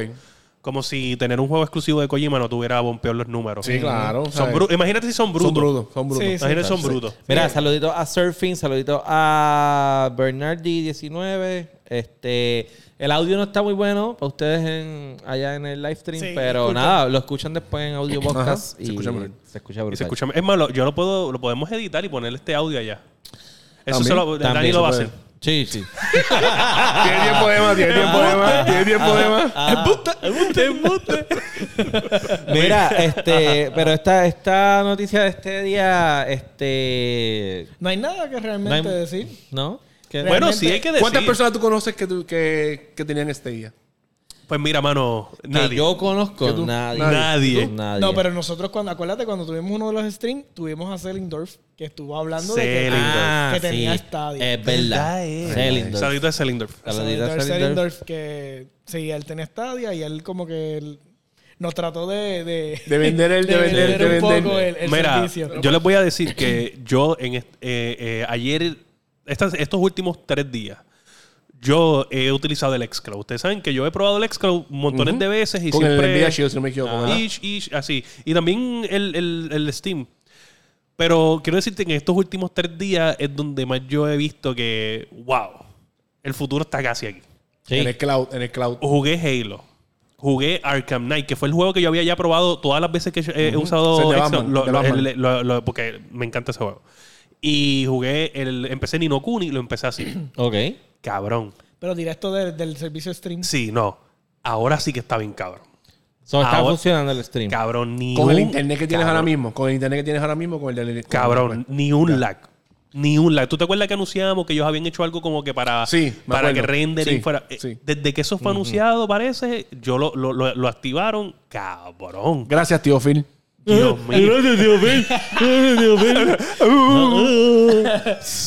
S4: Como si tener un juego exclusivo de Kojima no tuviera bompear los números.
S3: Sí, claro.
S4: Son
S3: ¿sabes?
S4: bru- Imagínate si son brutos.
S3: Son brutos, son brutos.
S2: Sí, sí.
S4: Imagínate si son brutos.
S1: Mira, saludito a Surfing, saludito a Bernardi19. Este, el audio no está muy bueno para ustedes en, allá en el live stream,
S2: Sí,
S1: pero
S2: disculpen.
S1: nada, lo escuchan después en audio podcast
S3: se
S1: y
S3: escucha mejor.
S1: se escucha
S4: Y
S1: brutal.
S4: se escucha- Es más, lo- yo lo puedo, lo podemos editar y ponerle este audio allá. Eso
S3: También,
S4: se lo,
S1: También
S4: Dani
S1: se
S4: lo va a
S1: puede.
S4: hacer.
S1: Sí, sí.
S3: Tiene tiempo de más, tiene tiempo de más, tiene tiempo de más.
S1: Mira, este, pero esta, esta noticia de este día, este,
S2: No hay nada que
S1: no hay-
S2: realmente decir.
S1: ¿no? ¿Qué-
S4: Bueno,
S2: Realmente-
S4: sí hay que decir.
S3: ¿Cuántas personas tú conoces que, tu- que, que tenían este Stadia?
S4: Pues mira, mano,
S1: Que
S4: nadie.
S1: yo conozco
S3: Que tú-
S1: nadie.
S4: Nadie.
S1: Nadie.
S2: No, pero nosotros cuando, acuérdate, cuando tuvimos uno de los streams, tuvimos a Selindorf que estuvo hablando de que,
S4: Selling.
S1: Ah,
S2: que tenía
S1: sí.
S2: Stadia.
S1: Es verdad. Selling.
S4: Saludito de Selindorf.
S2: a
S1: Saludito a
S2: Selindorf,
S1: Selindorf.
S2: Selindorf, que sí, él tenía Stadia y él como que él nos trató de, de,
S3: De vender el- de vender, de
S2: un
S3: vender.
S2: poco el, el
S4: Mira,
S2: servicio.
S4: yo les voy a decir que yo en est- eh, eh, ayer, estas- estos últimos tres días, yo he utilizado el Xcloud. Ustedes saben que yo he probado el Xcloud montones
S3: Ujú.
S4: de veces y
S3: Con
S4: siempre...
S3: el Nvidia Shield, si no me equivoco. ¿verdad?
S4: Ish, ish, así. Y también el, el- el Steam. Pero quiero decirte que en estos últimos tres días es donde más yo he visto que, wow, el futuro está casi aquí.
S1: Sí.
S3: En el cloud, en el cloud.
S4: Jugué Halo. Jugué Arkham Knight, que fue el juego que yo había ya probado todas las veces que yo he he usado
S3: Sí, de
S4: Xbox.
S3: Batman,
S4: Lo-
S3: de
S4: lo-
S3: Batman.
S4: el- lo- lo- porque me encanta ese juego. Y jugué, el, empecé Nino Kuni y lo empecé así.
S1: Ok.
S4: cabrón.
S2: Pero directo de- del servicio stream.
S4: Sí, no. Ahora sí que está bien cabrón.
S1: So, está
S4: Ahora-
S1: funcionando el stream.
S4: Cabrón, ni
S3: Con el
S4: un-
S3: internet que tienes
S4: cabrón.
S3: ahora mismo. pues, Con el internet que tienes ahora mismo, con el del... con-
S4: Cabrón, ni un lag. Ni un lag. ¿Tú te acuerdas que anunciamos que ellos habían hecho algo como que para,
S3: Sí, me
S4: para que
S3: acuerdo.
S4: rendering
S3: Sí,
S4: fuera? Eh,
S3: sí.
S4: Desde que eso fue anunciado, parece, yo lo, lo, lo, lo activaron. Cabrón.
S3: Gracias, tío Phil.
S1: Eh,
S4: Dios mío.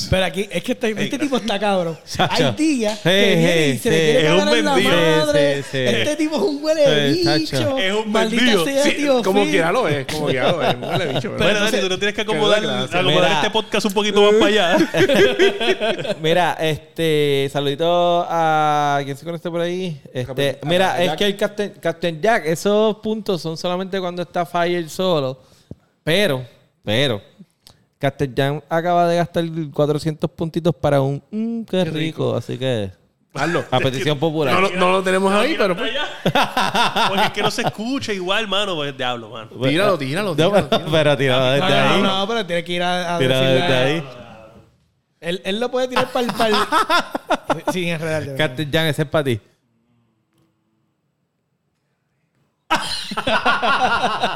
S2: Pero aquí, es que este, este tipo está cabrón.
S1: Chacho.
S2: Hay días que
S1: Hey,
S2: viene y
S1: hey,
S2: se le
S1: sí.
S2: quiere
S4: Es un
S2: parar en la
S4: vendido.
S2: madre.
S1: Sí, sí, sí.
S2: Este tipo es un huele de
S1: Sí,
S2: bicho.
S1: chacho.
S4: Es un
S2: Maldita
S4: vendido.
S2: sea,
S3: Sí,
S2: tío.
S3: como
S2: Phil.
S3: quiera lo es. Como quiera lo es. Huele bicho, ¿verdad?
S4: Bueno, Dani, tú no tienes que acomodar,
S3: Qué gracia.
S4: acomodar
S1: Mira.
S4: este podcast un poquito más para allá.
S1: Mira, este, saludito a quién se conectó por ahí. Este,
S3: Capitán-
S1: mira,
S3: Capitán
S1: es
S3: Jack.
S1: que el Captain, Captain Jack, esos puntos son solamente cuando está Fire solo. Pero, pero, Captain Jack acaba de gastar 400 puntitos para un mm, qué, rico. Así que,
S3: Hazlo.
S1: a petición popular.
S3: No, lo- no lo tenemos ahí,
S4: Mira,
S3: pero...
S4: para
S3: pues,
S4: allá. Porque es que no se escucha igual, mano. Pues diablo, mano.
S3: Tíralo, tíralo,
S1: eh, No,
S3: tíralo.
S1: pero, pero tirado
S2: No,
S1: desde
S2: no,
S1: Ah, ahí.
S2: no, pero tiene que ir a, a
S1: Tirado
S2: decirle
S1: desde
S2: a-
S1: ahí.
S2: Él, él lo puede tirar para el... Sin enredar. de verdad.
S1: Captain Jack, ese es para ti.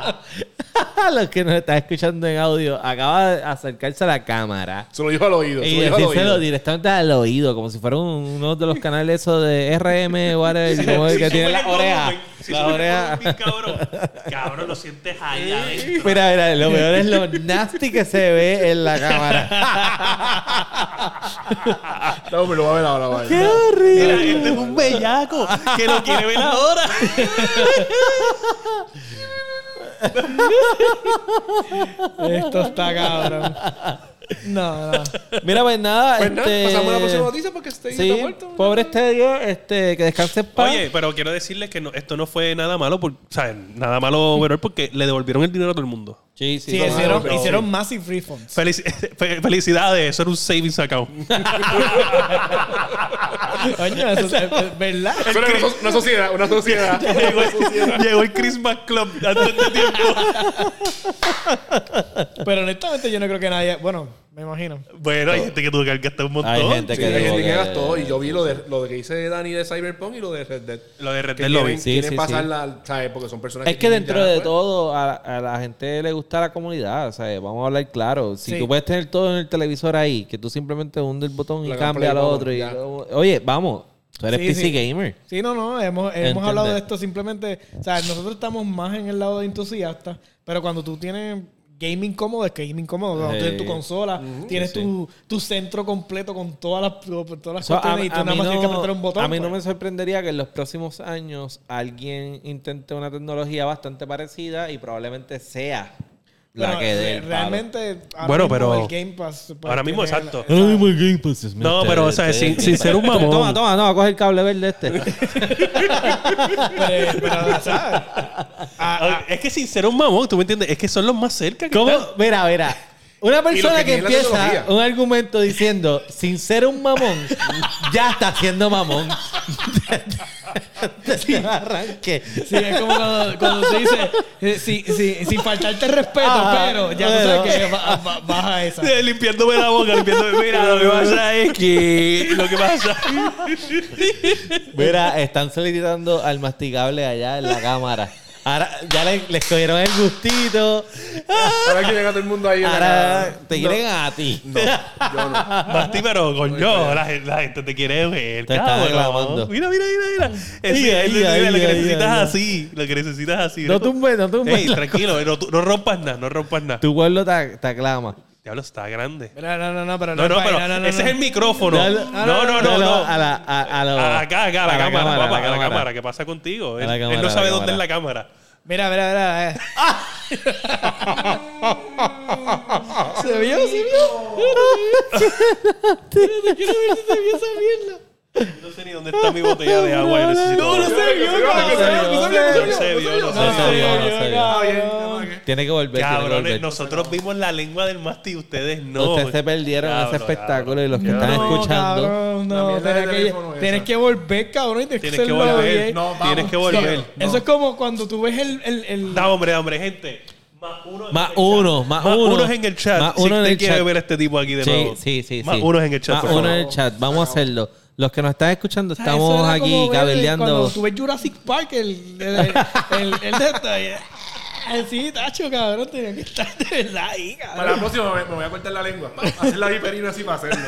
S1: Los que nos están escuchando en audio, acaba de acercarse a la cámara
S3: Se lo dijo al oído. Se
S1: y
S3: lo dijo al oído.
S1: decírselo directamente al oído, como si fuera un- uno de los canales esos de RM, whatever, como el que
S4: Si
S1: tiene
S4: sube
S1: la
S4: el
S1: oreja.
S4: volumen, si
S1: La
S4: sube el
S1: oreja.
S4: volumen, Cabrón, cabrón, lo sientes ahí adentro.
S1: Mira, mira, lo peor es lo nasty que se ve en la cámara.
S3: No, me lo va a ver ahora, vaya.
S1: ¡Qué horrible!
S4: Mira, este es un bellaco que lo quiere ver ahora.
S2: Esto está cabrón. No, no.
S1: Mira, pues nada.
S3: Pues nada,
S1: este...
S3: pasamos a la próxima noticia porque este
S1: Sí,
S3: está muerto.
S1: pobre Estadio, este, que descanse en paz.
S4: Oye, pero quiero decirles que no- esto no fue nada malo, por, o sea, nada malo overall porque le devolvieron el dinero a todo el mundo.
S5: Sí,
S2: Sí,
S5: Todo
S2: hicieron,
S5: mal,
S2: hicieron Massive Refunds.
S4: Felici- fe- felicidades, eso era un savings account.
S2: Coño, eso es verdad.
S3: Pero una, so- una sociedad, una sociedad.
S4: llegó, llegó el Christmas Club antes de tiempo.
S2: Pero honestamente yo no creo que nadie... Bueno, me imagino.
S4: Bueno, hay gente que tuvo que haber gastado un montón.
S1: Hay gente
S3: Sí,
S1: que
S3: hay
S1: tuvo
S3: gente que
S1: que-
S3: gastó y yo vi lo de lo que dice Dani de Cyberpunk y lo de Red Dead.
S4: Lo de Red
S3: Que
S4: Dead lo vi.
S3: quieren-
S1: Sí,
S3: quieren
S1: sí,
S3: pasarla, al- ¿sabes? Porque son personas
S1: Es que
S3: tienen
S1: dentro
S3: ya,
S1: de
S3: pues,
S1: todo, a, a la gente le gusta la comunidad, ¿sabes? Vamos a hablar claro. Si
S2: Sí.
S1: tú puedes tener todo en el televisor ahí, que tú simplemente hundes el botón y
S3: Le dan play
S1: cambia al
S3: button,
S1: otro. y
S3: ya.
S1: luego- Oye, vamos, tú eres
S2: Sí,
S1: PC
S2: sí.
S1: gamer.
S2: Sí, no, no, hemos, hemos
S1: Entender.
S2: hablado de esto simplemente, o sea, nosotros estamos más en el lado de entusiastas, pero cuando tú tienes gaming cómodo, es que gaming cómodo, cuando tú
S1: Sí.
S2: tienes tu consola, tienes
S1: sí, sí.
S2: Tu, tu centro completo con todas las, con todas las
S1: So, a,
S2: cuestiones y Pues tú
S1: a
S2: nada
S1: mí
S2: más tienes que
S1: no,
S2: apretar un botón.
S1: a mí no me
S2: pues.
S1: sorprendería que en los próximos años alguien intente una tecnología bastante parecida y probablemente sea la
S2: Bueno,
S1: que dé
S2: re-
S1: el palo.
S2: Realmente, ahora
S4: Bueno,
S2: mismo
S4: pero-
S2: el Game Pass... pues,
S4: ahora mismo,
S2: tiene-
S4: exacto.
S2: o sea,
S4: No, pero o sea, sin, sin ser un
S1: Toma,
S4: mamón.
S1: Toma, toma, no, coge el cable verde este.
S2: pero, pero, o sea,
S4: Ah, Es que sin ser un mamón, ¿tú me entiendes? Es que son los más cerca. que
S1: ¿Cómo?
S4: están.
S1: Mira, mira. Una persona que,
S3: que tiene la
S1: empieza
S3: tecnología.
S1: un argumento diciendo, sin ser un mamón, ya está siendo mamón. Desde el arranque.
S2: sí, es como cuando, cuando se dice, eh, sí, sí, sin faltarte el respeto,
S1: Ajá,
S2: pero ya tú
S1: Ah, bueno.
S2: sabes que ba- ba- baja esa.
S4: Eh, Limpiándome la boca, limpiándome. Mira, lo que pasa es que. Lo que pasa.
S1: Mira, están solicitando al masticable allá en la cámara. Ahora ya le- les cogieron el gustito.
S3: Ahora quieren a todo el mundo ahí. en la
S1: Ahora
S3: cara.
S1: te quieren a ti.
S3: No, yo no.
S4: Basti, pero coño, la, gente- la gente te quiere ver.
S1: Te está
S4: cabrón.
S1: reclamando.
S4: Mira, mira, mira, mira. Ese-
S1: Mira,
S4: ese-
S1: mira,
S4: mira, lo que
S1: mira,
S4: necesitas
S1: mira.
S4: así. Lo que necesitas así.
S1: No tumbes, no tumbes.
S4: Ey, tranquilo, eh, no, tu- no rompas nada, no rompas nada.
S1: Tu pueblo te, te aclama.
S4: Diablo, está grande.
S2: Mira, no, no, no, pero
S4: No, no,
S2: es pa-
S4: pero
S2: no,
S4: ese
S2: no.
S4: es el micrófono. No,
S1: Dale-
S4: no, no, no.
S1: Dale A la, a, a lo-
S4: Ah, Acá, acá, a la, cámara, papá, a la cámara. ¿Qué pasa contigo?
S1: A
S4: Él,
S1: la
S4: él
S1: cámara,
S4: no
S1: a la
S4: sabe dónde
S1: cámara.
S4: es la cámara.
S2: Mira, mira, mira. eh. ¿Se vio? ¿Se vio? Espérate, quiero ver si se vio esa mierda.
S4: No sé ni dónde está mi botella de agua. yo necesito-
S2: No, no se vio,
S3: No se vio,
S2: cabrón.
S4: no se vio, no se
S1: No se vio, no se vio.
S2: cabrón.
S1: Tiene que volver. tiene que
S4: Cabrones,
S1: volver.
S4: nosotros vimos la lengua del masti y ustedes no.
S1: Ustedes se perdieron
S4: Cabro,
S1: ese espectáculo
S4: cabro.
S1: y los que están
S2: No,
S1: escuchando.
S2: cabrón, no.
S3: La mierda
S2: Tienes
S3: del
S2: que-
S3: teléfono
S2: Tienes
S3: esa.
S2: que volver, cabrón, y tienes,
S4: Tienes
S2: que
S4: que
S2: hacerlo
S4: volver.
S2: bien.
S3: No, vamos.
S4: Tienes que volver.
S3: No.
S2: Eso es como cuando tú ves el... el, el...
S4: Da, hombre, da, hombre, gente. Más uno. en
S1: Más
S4: el chat.
S1: uno, más
S4: Más
S1: uno.
S4: uno es en el chat.
S1: Más
S4: si
S1: uno en
S4: usted
S1: el
S4: quiere
S1: chat.
S4: ver a este tipo aquí de
S1: Sí,
S4: nuevo.
S1: sí, sí.
S4: Más
S1: sí.
S4: uno es en el chat.
S1: Más
S4: por
S1: uno
S4: favor.
S1: en el chat. Vamos a hacerlo. Los que nos están escuchando,
S2: O sea, eso
S1: estamos
S2: era como
S1: aquí
S2: ver el- Cuando
S1: cabeleando.
S2: tú ves Jurassic Park, el. el. el. el. el de esta, y- ah, Sí, Tacho, cabrón, tenía que estar de verdad ahí,
S3: Para la
S2: cabrón.
S3: próxima me, me voy a cortar la lengua. Pa, Hacer la viperina así para hacerlo.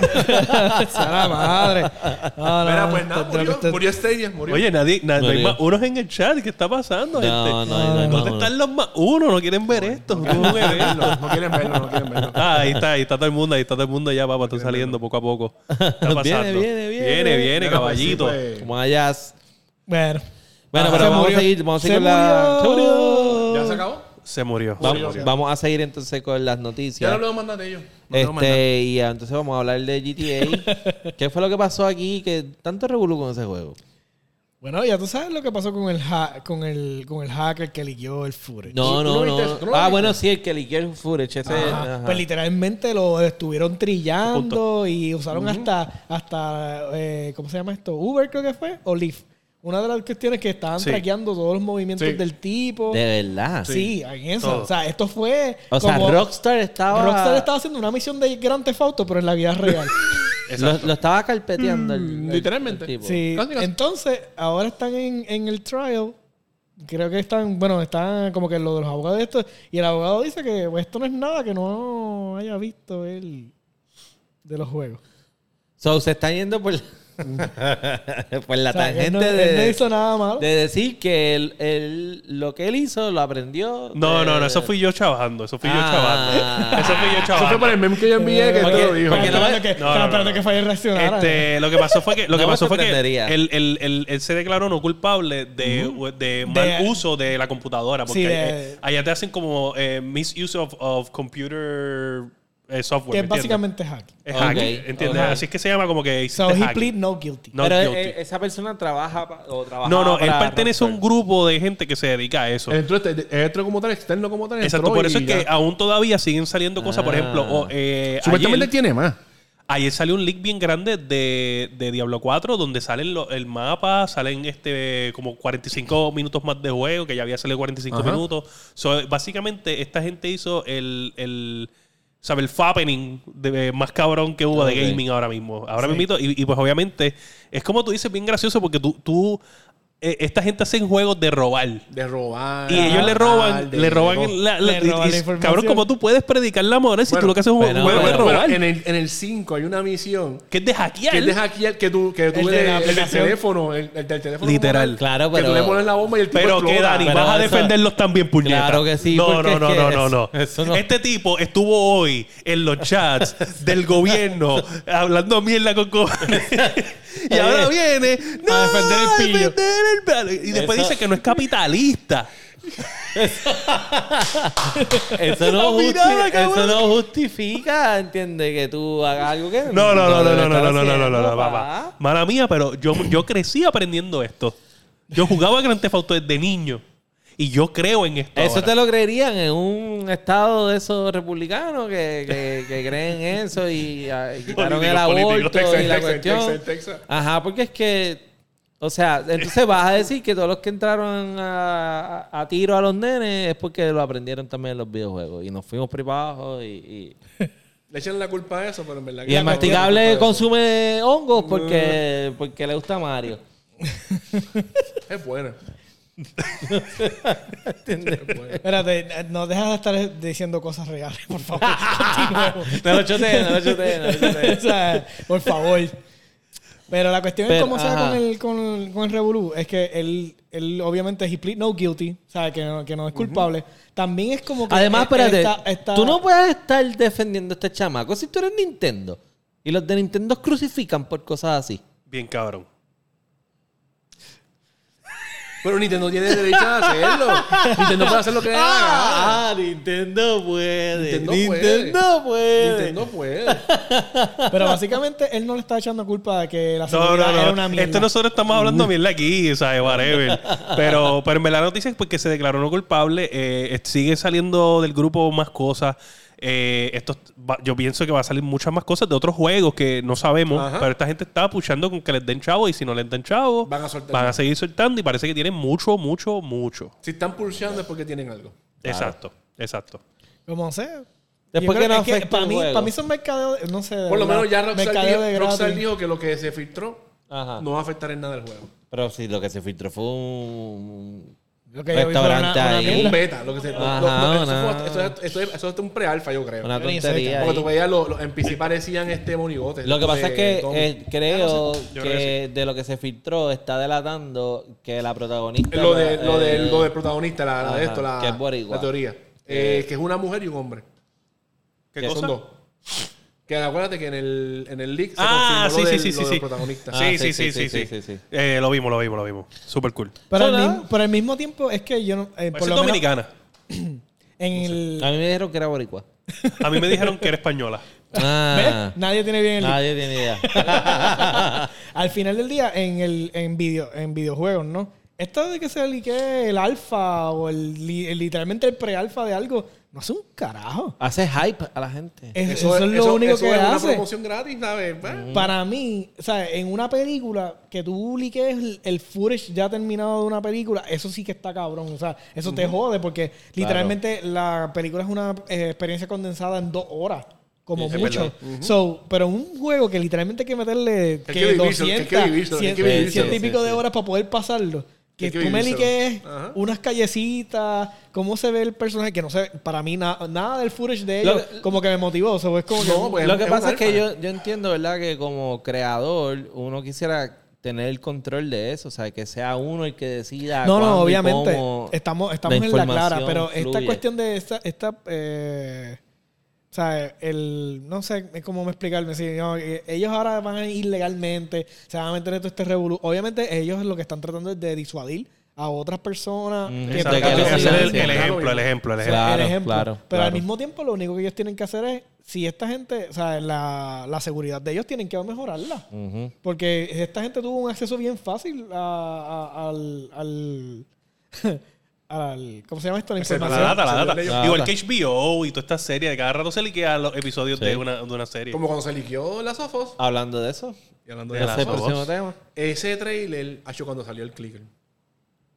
S2: Sea la madre. No, no,
S3: Mira,
S2: no,
S3: pues nada,
S2: te- te-
S3: murió,
S2: te-
S3: murió Stadia, murió.
S4: Oye, nadie, na- no hay
S1: Murió.
S4: más unos en el chat. ¿Qué está pasando,
S1: No, no,
S4: gente?
S1: no, hay más
S4: ¿Dónde
S1: uno.
S4: están los más uno? No quieren ver esto.
S3: no quieren verlo, no quieren verlo, no quieren verlo.
S4: Ah, ahí está, ahí está todo el mundo, ahí está todo el mundo ya, papá, está saliendo poco a poco. Está pasando.
S1: Viene, viene, viene.
S4: Viene, viene,
S3: Mira, pues, sí,
S4: caballito.
S3: pues,
S1: Como hayas.
S2: Bueno.
S1: Bueno,
S2: Ah,
S1: pero
S2: se
S1: vamos
S2: murió.
S1: a seguir, vamos a
S2: Se
S1: seguir con la.
S2: murió.
S3: ¿Ya se acabó?
S4: Se murió.
S1: Vamos,
S3: sí.
S1: vamos a seguir entonces con las
S3: Ya no
S1: noticias.
S3: lo voy a mandar de ellos. No lo voy a mandar.
S1: Este, y entonces vamos a hablar de GTA. ¿Qué fue lo que pasó aquí? Que tanto revolú con ese juego.
S2: Bueno, ya tú sabes lo que pasó con el, ha- con el, con el hacker que liqueó el Fure.
S1: No,
S3: ¿Tú no
S1: no,
S3: viste
S1: no.
S3: eso? ¿Tú no lo
S1: Ah,
S3: viste? Ah,
S1: bueno, sí, el que liqueó el footage. Ese,
S2: Ajá.
S1: ajá.
S2: Pues literalmente lo estuvieron trillando y usaron hasta, hasta eh, ¿cómo se llama esto? Uber creo que fue, o Lyft. Una de las cuestiones que estaban
S4: Sí.
S2: traqueando todos los movimientos
S3: Sí.
S2: del tipo.
S1: De verdad.
S2: Sí, en eso.
S4: todo.
S2: O sea, esto fue.
S1: O sea,
S2: como-
S1: Rockstar estaba.
S2: Rockstar estaba haciendo una misión de Grand Theft Auto, pero en la vida real.
S1: Lo, lo estaba carpeteando. el- el-
S3: literalmente.
S1: el tipo.
S2: sí.
S3: Casi, casi.
S2: Entonces, ahora están en, en el trial. Creo que están, bueno, están como que lo de los abogados de esto. Y el abogado dice que pues, esto no es nada que no haya visto él de los juegos.
S1: So, se está yendo por la, por la
S2: O sea,
S1: tangente
S2: él no, él no
S1: de,
S2: hizo nada malo.
S1: de decir que él, él- lo que él hizo lo aprendió.
S4: No,
S1: de-
S4: no, no, eso fui yo chavando, eso fui yo
S1: Ah.
S4: chavando. Eso fui yo
S3: Eso fue
S4: chavando.
S3: para el meme que yo envié que
S1: Porque-
S3: te lo
S2: Estaba
S3: dijo.
S1: porque no-
S2: esperando que-
S4: no,
S2: estaba
S4: no,
S2: esperando
S4: no.
S2: que Faye reaccionara.
S4: Este, lo que pasó fue que lo que
S1: No me
S4: pasó fue que
S1: sorprendería.
S4: él, él- él- él se declaró no culpable de, de mal
S2: De-
S4: uso de la computadora porque
S2: Sí,
S4: eh,
S2: de-
S4: allá te hacen como eh, misuse of, of computer eh,
S2: Que
S4: eh, software. ¿me
S2: es
S4: entiendes?
S2: básicamente hack.
S4: Es hack,
S1: Ok,
S4: ¿entiendes?
S1: ok.
S4: Así es que se llama como que.
S2: So
S4: es
S2: he
S4: hack.
S2: plead no guilty. pues.
S4: No
S1: Pero
S4: guilty.
S1: eh, esa persona trabaja pa- o trabaja
S4: no, no, él
S1: para
S4: pertenece a un
S1: Rockstar.
S4: grupo de gente que se dedica a eso.
S3: Él entró, este- él entró como tal, externo como tal.
S4: Exacto,
S3: entró
S4: por
S3: y
S4: eso es que
S3: ya.
S4: aún todavía siguen saliendo cosas. Por
S1: Ah.
S4: ejemplo, oh, eh,
S3: Supuestamente
S4: ayer-
S3: tiene más.
S4: Ayer salió un leak bien grande de, de Diablo 4 donde salen lo- el mapa, salen este como 45 minutos más de juego, que ya había salido 45
S3: Ajá.
S4: minutos. So, básicamente, esta gente hizo el, el ¿sabe? el fappening de, más cabrón que hubo
S1: Ok.
S4: de gaming ahora mismo. Ahora mismo, y, y pues obviamente, es como tú dices, bien gracioso porque tú, tú eh, esta gente hacen juegos de robar.
S3: De robar.
S4: Y ellos le roban, le roban, la, la-
S2: Le roban
S4: y- y-
S2: la información.
S4: Cabrón, ¿cómo tú puedes predicar la moral si
S3: Bueno,
S4: tú lo que haces es un
S1: pero-
S4: juego de
S1: pero-
S4: robar?
S3: en el en el 5 hay una misión
S4: que es de hackear.
S3: que es de hackear que tú que tú
S2: El de
S3: le-
S2: la
S3: el del
S2: aplicación.
S3: teléfono, el, el del teléfono.
S4: Literal.
S3: como tal,
S1: Claro,
S3: Que tú
S1: pero-
S3: le pones la bomba y el tipo
S4: Pero que
S3: explota.
S4: Dani,
S1: Pero
S4: vas a
S1: eso-
S4: defenderlos también, puñeta.
S1: Claro que sí,
S4: No,
S1: porque
S4: no,
S1: es
S4: no,
S1: que
S4: no, no,
S1: eso-
S4: no.
S1: eso no-
S4: Este tipo estuvo hoy en los chats del gobierno hablando mierda con co- Y ahora viene no,
S2: A defender el
S4: a
S2: pillo".
S4: defender el- Y después
S1: Eso-
S4: dice que no es capitalista.
S1: Eso no,
S4: La mirada,
S1: justi-
S4: cabrón.
S1: eso no justifica, ¿entiendes? Que tú hagas algo que...
S4: No, no, no, no, no,
S1: debes
S4: no,
S1: estar
S4: no, no, no, no, no,
S1: haciendo,
S4: no, papá. Mala mía, pero yo, yo crecí aprendiendo esto. Yo jugaba Grand Theft Auto desde niño. Y yo creo en esto.
S1: Eso
S4: ahora.
S1: te lo creerían en un estado de esos republicanos que, que, que creen eso y, ah, y quitaron
S4: Político,
S1: el aborto
S4: político.
S1: y
S3: Texas,
S1: la
S3: Texas,
S1: cuestión.
S3: Texas, Texas.
S1: Ajá, porque es que, o sea, entonces vas a decir que todos los que entraron a, a- a tiro a los nenes es porque lo aprendieron también en los videojuegos y nos fuimos privados y... y-
S3: Le echan la culpa a eso, pero en verdad
S1: Y el masticable consume hongos porque, porque le gusta Mario.
S3: es bueno.
S2: Espérate, no dejas de estar diciendo cosas reales, por favor. Continuemos.
S1: No lo choteen, no lo choteen, no lo choteen.
S2: O sea, por favor. Pero la cuestión
S1: Pero,
S2: es cómo sea
S1: ajá.
S2: con el, con, con el Revolú. Es que él, él obviamente, he plead no guilty. O sea, que no, que no es culpable. También es como que...
S1: Además,
S2: él- él
S1: espérate,
S2: e- está- está-
S1: tú no puedes estar defendiendo a este chamaco si tú eres Nintendo. Y los de Nintendo crucifican por cosas así.
S4: Bien cabrón.
S3: Pero Nintendo tiene derecho a hacerlo. Nintendo puede hacer lo que le
S2: Ah,
S3: haga.
S1: Nintendo puede.
S3: Ah, Nintendo
S1: puede.
S3: Nintendo puede.
S2: Pero básicamente él no le está echando culpa de que la
S4: No,
S2: seguridad era
S4: no,
S2: una
S4: no.
S2: mierda.
S4: Esto nosotros estamos hablando mierda aquí, o sea, whatever. Pero, pero en verdad la noticia es porque se declaró no culpable. eh, eh, sigue saliendo del grupo más cosas. Eh, esto va- yo pienso que va a salir muchas más cosas de otros juegos que no sabemos.
S3: Ajá.
S4: Pero esta gente está puchando con que les den chavo y si no les den chavo,
S3: Van a soltar.
S4: van a seguir soltando y parece que tienen mucho, mucho, mucho.
S3: Si están pulseando es porque tienen algo.
S4: Exacto, exacto.
S2: Como sea.
S1: Después
S2: Yo
S1: que no
S2: creo es
S1: afecta
S2: para
S1: el
S2: mí,
S1: juego.
S2: para mí son mercadeos... de- No sé. de
S3: Por lo
S2: verdad,
S3: menos ya Rockstar
S2: mercadeo
S3: dijo,
S2: de gratis.
S3: Rockstar dijo que lo que se filtró
S1: Ajá.
S3: no va a afectar en nada el juego.
S1: Pero si lo que se filtró fue un.
S2: Lo que yo vi fue una-
S1: Restaurante
S2: una
S1: ahí.
S2: mierda.
S3: Un beta, lo que se. lo-
S1: Ajá,
S3: lo- eso
S1: una-
S3: fue- Eso es- eso es eso es un pre-alfa, yo creo.
S1: Una
S2: Yo ni sé,
S1: tontería.
S3: Porque
S1: ahí.
S3: tú veías los, los NPC parecían este monigote.
S1: Lo que pasa es que eh, creo
S4: Yo creo
S1: que de lo que se filtró está delatando que la protagonista.
S3: Lo, de, lo,
S1: eh,
S3: del, lo del protagonista, la, la de
S1: ajá,
S3: esto, la,
S1: que es boricua.
S3: la teoría. Eh, que es una mujer y un hombre.
S4: ¿Qué
S3: Que
S4: cosa?
S3: Son dos. Que acuérdate que en el, en el leak se
S4: Ah, sí,
S3: confirmó
S4: sí,
S3: lo
S4: sí,
S3: del,
S4: sí.
S3: lo
S4: Sí.
S3: del protagonista.
S1: Ah,
S4: sí, sí, sí, sí, sí,
S1: sí.
S4: Eh, lo vimos, lo vimos, lo vimos. Super cool.
S2: Pero, al
S1: Son
S2: mismo,
S1: nada.
S2: pero al mismo tiempo es que yo no...
S1: Pues
S2: eh, por
S4: Parece
S2: lo menos
S4: Pues dominicana.
S2: en el...
S1: A mí me dijeron que era boricua.
S4: A mí me dijeron que era española.
S1: Ah,
S2: ¿Ves? Nadie tiene bien el
S1: nadie tiene idea.
S2: Al final del día, en el en video, en videojuegos, ¿no? Esto de que se lique el alfa o el, li- el- literalmente el pre-alfa de algo, no hace un carajo.
S1: Hace hype a la gente.
S2: Es- eso, es lo único
S3: eso
S2: que
S3: es una
S2: hace.
S3: promoción gratis, ¿sabes? Pues, Bueno,
S1: Mm.
S2: Para mí, o sea, en una película que tú liques el, el footage ya terminado de una película, eso sí que está cabrón. O sea, eso te jode porque literalmente la película es una eh, experiencia condensada en dos horas. Como
S4: Sí, es
S2: mucho.
S4: verdad.
S2: so, pero un juego que literalmente hay que meterle que,
S3: que vivirlo, hay que
S2: 200,
S3: vivirlo, hay que
S2: 100,
S1: vivirlo.
S2: 100 y
S1: Sí,
S2: pico
S1: sí,
S2: de
S1: sí.
S2: horas para poder pasarlo. Que,
S3: Hay que
S2: tú me
S3: vivírselo.
S2: liques
S3: Ajá.
S2: unas callecitas, cómo se ve el personaje, que no sé, para mí na- nada del footage de ellos
S1: Lo-
S2: como que me motivó. O sea, es como que-
S3: No, pues,
S1: Lo que
S3: es
S1: pasa
S3: un
S1: es que
S3: alfa.
S1: yo, yo entiendo, ¿verdad? Que como creador, uno quisiera tener el control de eso. O sea, que sea uno el que decida.
S2: No, no,
S1: cuándo Ah, y
S2: obviamente.
S1: cómo
S2: Estamos, estamos en la
S1: información
S2: clara, pero esta
S1: fluye.
S2: cuestión de esta, esta eh, o sea, el, no sé cómo me explicarme. Si, no, eh, ellos ahora van a ir legalmente, se van a meter en todo este revolú. Obviamente ellos lo que están tratando es de disuadir a otras personas.
S1: Ujú.
S2: que
S1: Exacto,
S4: Exacto,
S2: tratan
S1: que
S4: hay que
S2: de
S1: lo
S4: hacer
S2: hacer
S4: el,
S1: sigan
S4: el ejemplo, el ejemplo, el ejemplo.
S1: Claro,
S2: el ejemplo.
S1: claro,
S2: Pero al
S1: claro.
S2: mismo tiempo, lo único que ellos tienen que hacer es, si esta gente, o sea, la, la seguridad de ellos tienen que mejorarla.
S1: Ujú.
S2: Porque esta gente tuvo un acceso bien fácil a- a- al, al, al- ¿Cómo se llama esto? La
S4: La
S2: información.
S4: data, la
S3: Se
S4: data.
S3: le-
S1: La
S4: Igual
S1: data.
S4: que HBO y toda esta serie, de cada rato se liquean los episodios
S1: Sí.
S4: de, una, de una serie.
S3: Como cuando se liqueó Last of Us.
S1: Hablando de eso,
S3: Y hablando de
S1: ese es
S3: Last
S1: el
S3: of Us.
S1: próximo tema.
S3: Ese trailer, hecho cuando salió el clicker.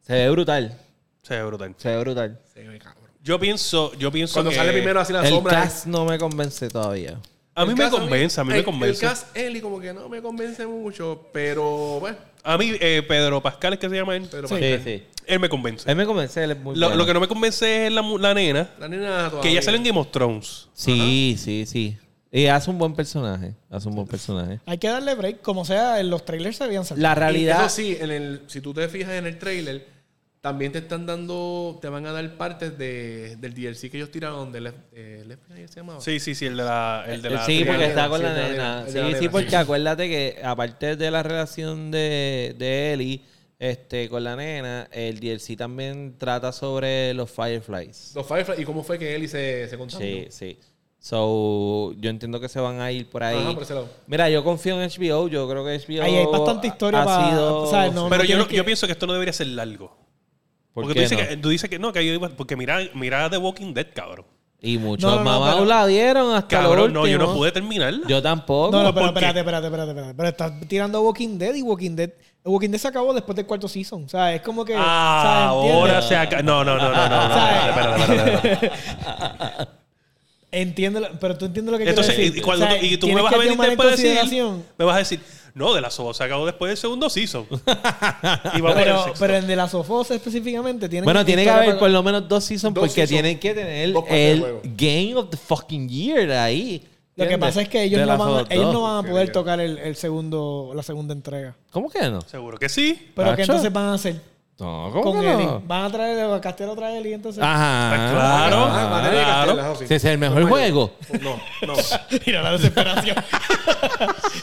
S1: Se ve brutal.
S4: Se ve brutal.
S1: Se ve brutal.
S3: Se ve cabrón.
S4: Yo pienso, yo pienso
S3: Cuando
S4: que-
S3: sale primero así la
S1: el
S3: sombra.
S1: cast no me convence todavía.
S4: A mí
S3: el
S4: me
S3: cast
S4: convence, a mí me
S3: el-
S4: convence.
S3: El cast Eli como que no me convence mucho, pero bueno.
S4: A mí, eh, Pedro Pascal es que se llama él.
S3: Pero
S1: Sí,
S3: para
S1: sí.
S3: acá.
S4: Él me convence.
S1: Él me convence, él es muy
S4: Lo,
S1: bueno.
S4: lo que no me convence es la, mu- la nena,
S3: La nena todavía.
S4: que ya salió en Game of Thrones.
S1: Sí, sí, sí. Y hace un buen personaje. Hace un buen personaje.
S2: Hay que darle break, como sea, en los trailers se habían salido.
S1: La realidad.
S3: Eso sí, en el, si tú te fijas en el trailer, también te están dando, te van a dar partes de, del DLC que ellos tiraron de Left, eh, Left Behind, ¿se llamaba?
S4: Sí, sí, sí, el de la. El de la
S1: Eh, sí,
S3: de la
S1: porque
S3: nena,
S1: está con
S3: sí,
S1: la
S3: de la
S1: nena.
S3: nena, de
S1: Sí,
S3: la nena,
S1: sí,
S3: sí.
S1: porque acuérdate que aparte de la relación de, de Ellie este, con la nena, el DLC también trata sobre los Fireflies.
S3: Los Firefly, ¿y cómo fue que Ellie se,
S2: Ah,
S3: se contagió?
S1: Sí, sí. So, yo entiendo que se van a ir por ahí.
S3: Ajá, por ese lado.
S1: Mira, yo confío en HBO. Yo creo que HBO.
S2: Ahí hay bastante historia
S1: ha
S2: para-
S1: sido-
S2: o sea, no-
S4: Pero yo,
S2: tienes
S4: no- yo
S2: que-
S4: pienso que esto no debería ser largo.
S1: ¿Por
S4: porque
S1: qué
S4: tú, dices
S1: no?
S4: que, tú dices que no, que hay. Porque mira, mira The Walking Dead, cabrón.
S1: Y muchos
S2: No, no, no,
S1: mamás
S2: pero-
S1: la dieron hasta lo
S4: Cabrón, no, yo no
S1: último.
S4: pude terminarla.
S1: Yo tampoco.
S2: No, no, pero
S4: ¿Por qué?
S2: espérate, espérate, espérate, espérate. Pero estás tirando a Walking Dead y Walking Dead. Walking Dead se acabó después del cuarto season. O sea, es como que.
S4: Ah,
S2: o sea, ¿entiendes?
S4: ahora se acaba. No, no, no, no, no. no,
S2: ¿Sabes?
S4: espérate, espérate, espérate, espérate.
S2: Entiendo, lo- pero tú entiendes lo que
S4: Entonces,
S2: quiero decir.
S4: y, cuando
S2: O sea,
S4: tú- y tú me
S2: tienes
S4: vas
S2: que
S4: a venir
S2: tomar en
S4: después a decir.
S2: consideración-
S4: Me vas a decir, no, de la soba se acabó después del segundo season. y vamos
S2: Pero,
S4: al sexto.
S2: pero en de la sofosa específicamente tiene
S1: Bueno, tiene que haber por lo menos dos seasons
S3: Dos
S1: porque
S3: seasons.
S1: tienen que tener
S3: Dos partes de
S1: el
S3: juego.
S1: Game of the fucking Year ahí.
S2: Lo que
S1: ¿Entiendes?
S2: pasa es que
S1: De
S2: ellos no,
S1: las
S2: van a,
S1: otras
S2: ellos
S1: dos.
S2: no van a poder
S3: Qué
S2: tocar el, el segundo, la segunda entrega.
S1: ¿Cómo que no?
S4: Seguro que sí.
S2: Pero que
S1: Nacho.
S2: entonces van a hacer
S1: No, ¿cómo
S2: con
S1: que
S2: Eli.
S1: no? Ah.
S2: Van a traer a Castelo otra vez y entonces.
S1: Ajá.
S4: Claro.
S3: Ah, Valeria
S4: claro. Pues,
S3: Castella, eso sí.
S1: Ese es el mejor
S3: Los
S1: juego.
S3: Mayores. No, no.
S2: Mira la desesperación.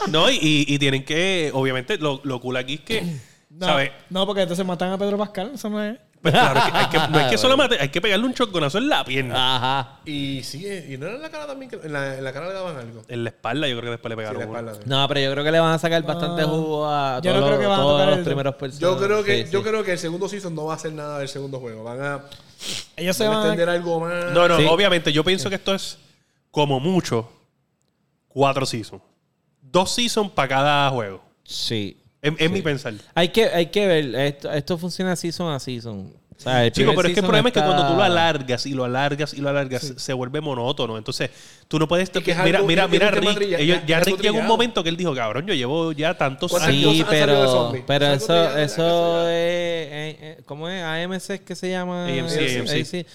S4: No, y, y- y tienen que, obviamente, lo, lo cool aquí es que,
S2: No,
S4: ¿sabes?
S2: no, porque entonces matan a Pedro Pascal, eso no es.
S4: Pues claro, es que hay que, no
S1: Ah,
S4: es que solo mate, hay que pegarle un choconazo en la pierna.
S1: Ajá.
S3: Y sí, eh, y no era en la cara también, que- en la, en la cara le daban algo. Sí,
S4: En la espalda, yo creo que después le
S3: en
S4: pegaron.
S3: la
S4: uno.
S3: espalda. sí.
S1: No, pero yo creo que le van a sacar bastante
S2: Ah.
S1: jugo a
S2: Yo
S1: todos,
S2: no creo que
S1: los-
S2: van a
S1: todos
S2: tocar
S1: los
S2: el-
S1: primeros personajes.
S3: Yo creo que
S1: Sí,
S3: yo
S1: sí.
S3: creo que el segundo season no va a hacer nada del segundo juego. Van a,
S2: Ellos se
S3: van a
S2: van
S3: extender
S2: a.
S3: algo más.
S4: No, no,
S1: Sí.
S4: obviamente, yo pienso que esto es como mucho cuatro seasons. Dos seasons para cada juego.
S1: Sí.
S4: Es, es mi pensar.
S1: Hay que, hay que ver. Esto, esto funciona season a season. O sea, el
S4: Chico,
S1: primer
S4: pero es que el
S1: season
S4: problema es que
S1: está-
S4: cuando tú lo alargas y lo alargas y lo alargas, se vuelve monótono. Entonces, tú no puedes...
S3: Y que es
S4: mira,
S3: algo-
S4: mira,
S3: y que
S4: mira,
S3: es un tema
S4: Rick.
S3: trilla-
S4: ellos-
S3: ya-
S4: ya
S3: ya es
S4: Rick llegó un
S3: trillado.
S4: momento que él dijo, cabrón, yo llevo ya tantos
S3: ¿Cuántas
S4: años...
S1: Sí,
S3: cosas han salido de
S1: pero,
S3: zombies.
S1: pero
S3: ¿Sabes
S1: eso,
S3: cuánto ya- ya
S1: eso
S3: eso ya-
S1: es, eh, eh, ¿cómo es? AMC es que se llama. eh,
S4: AMC.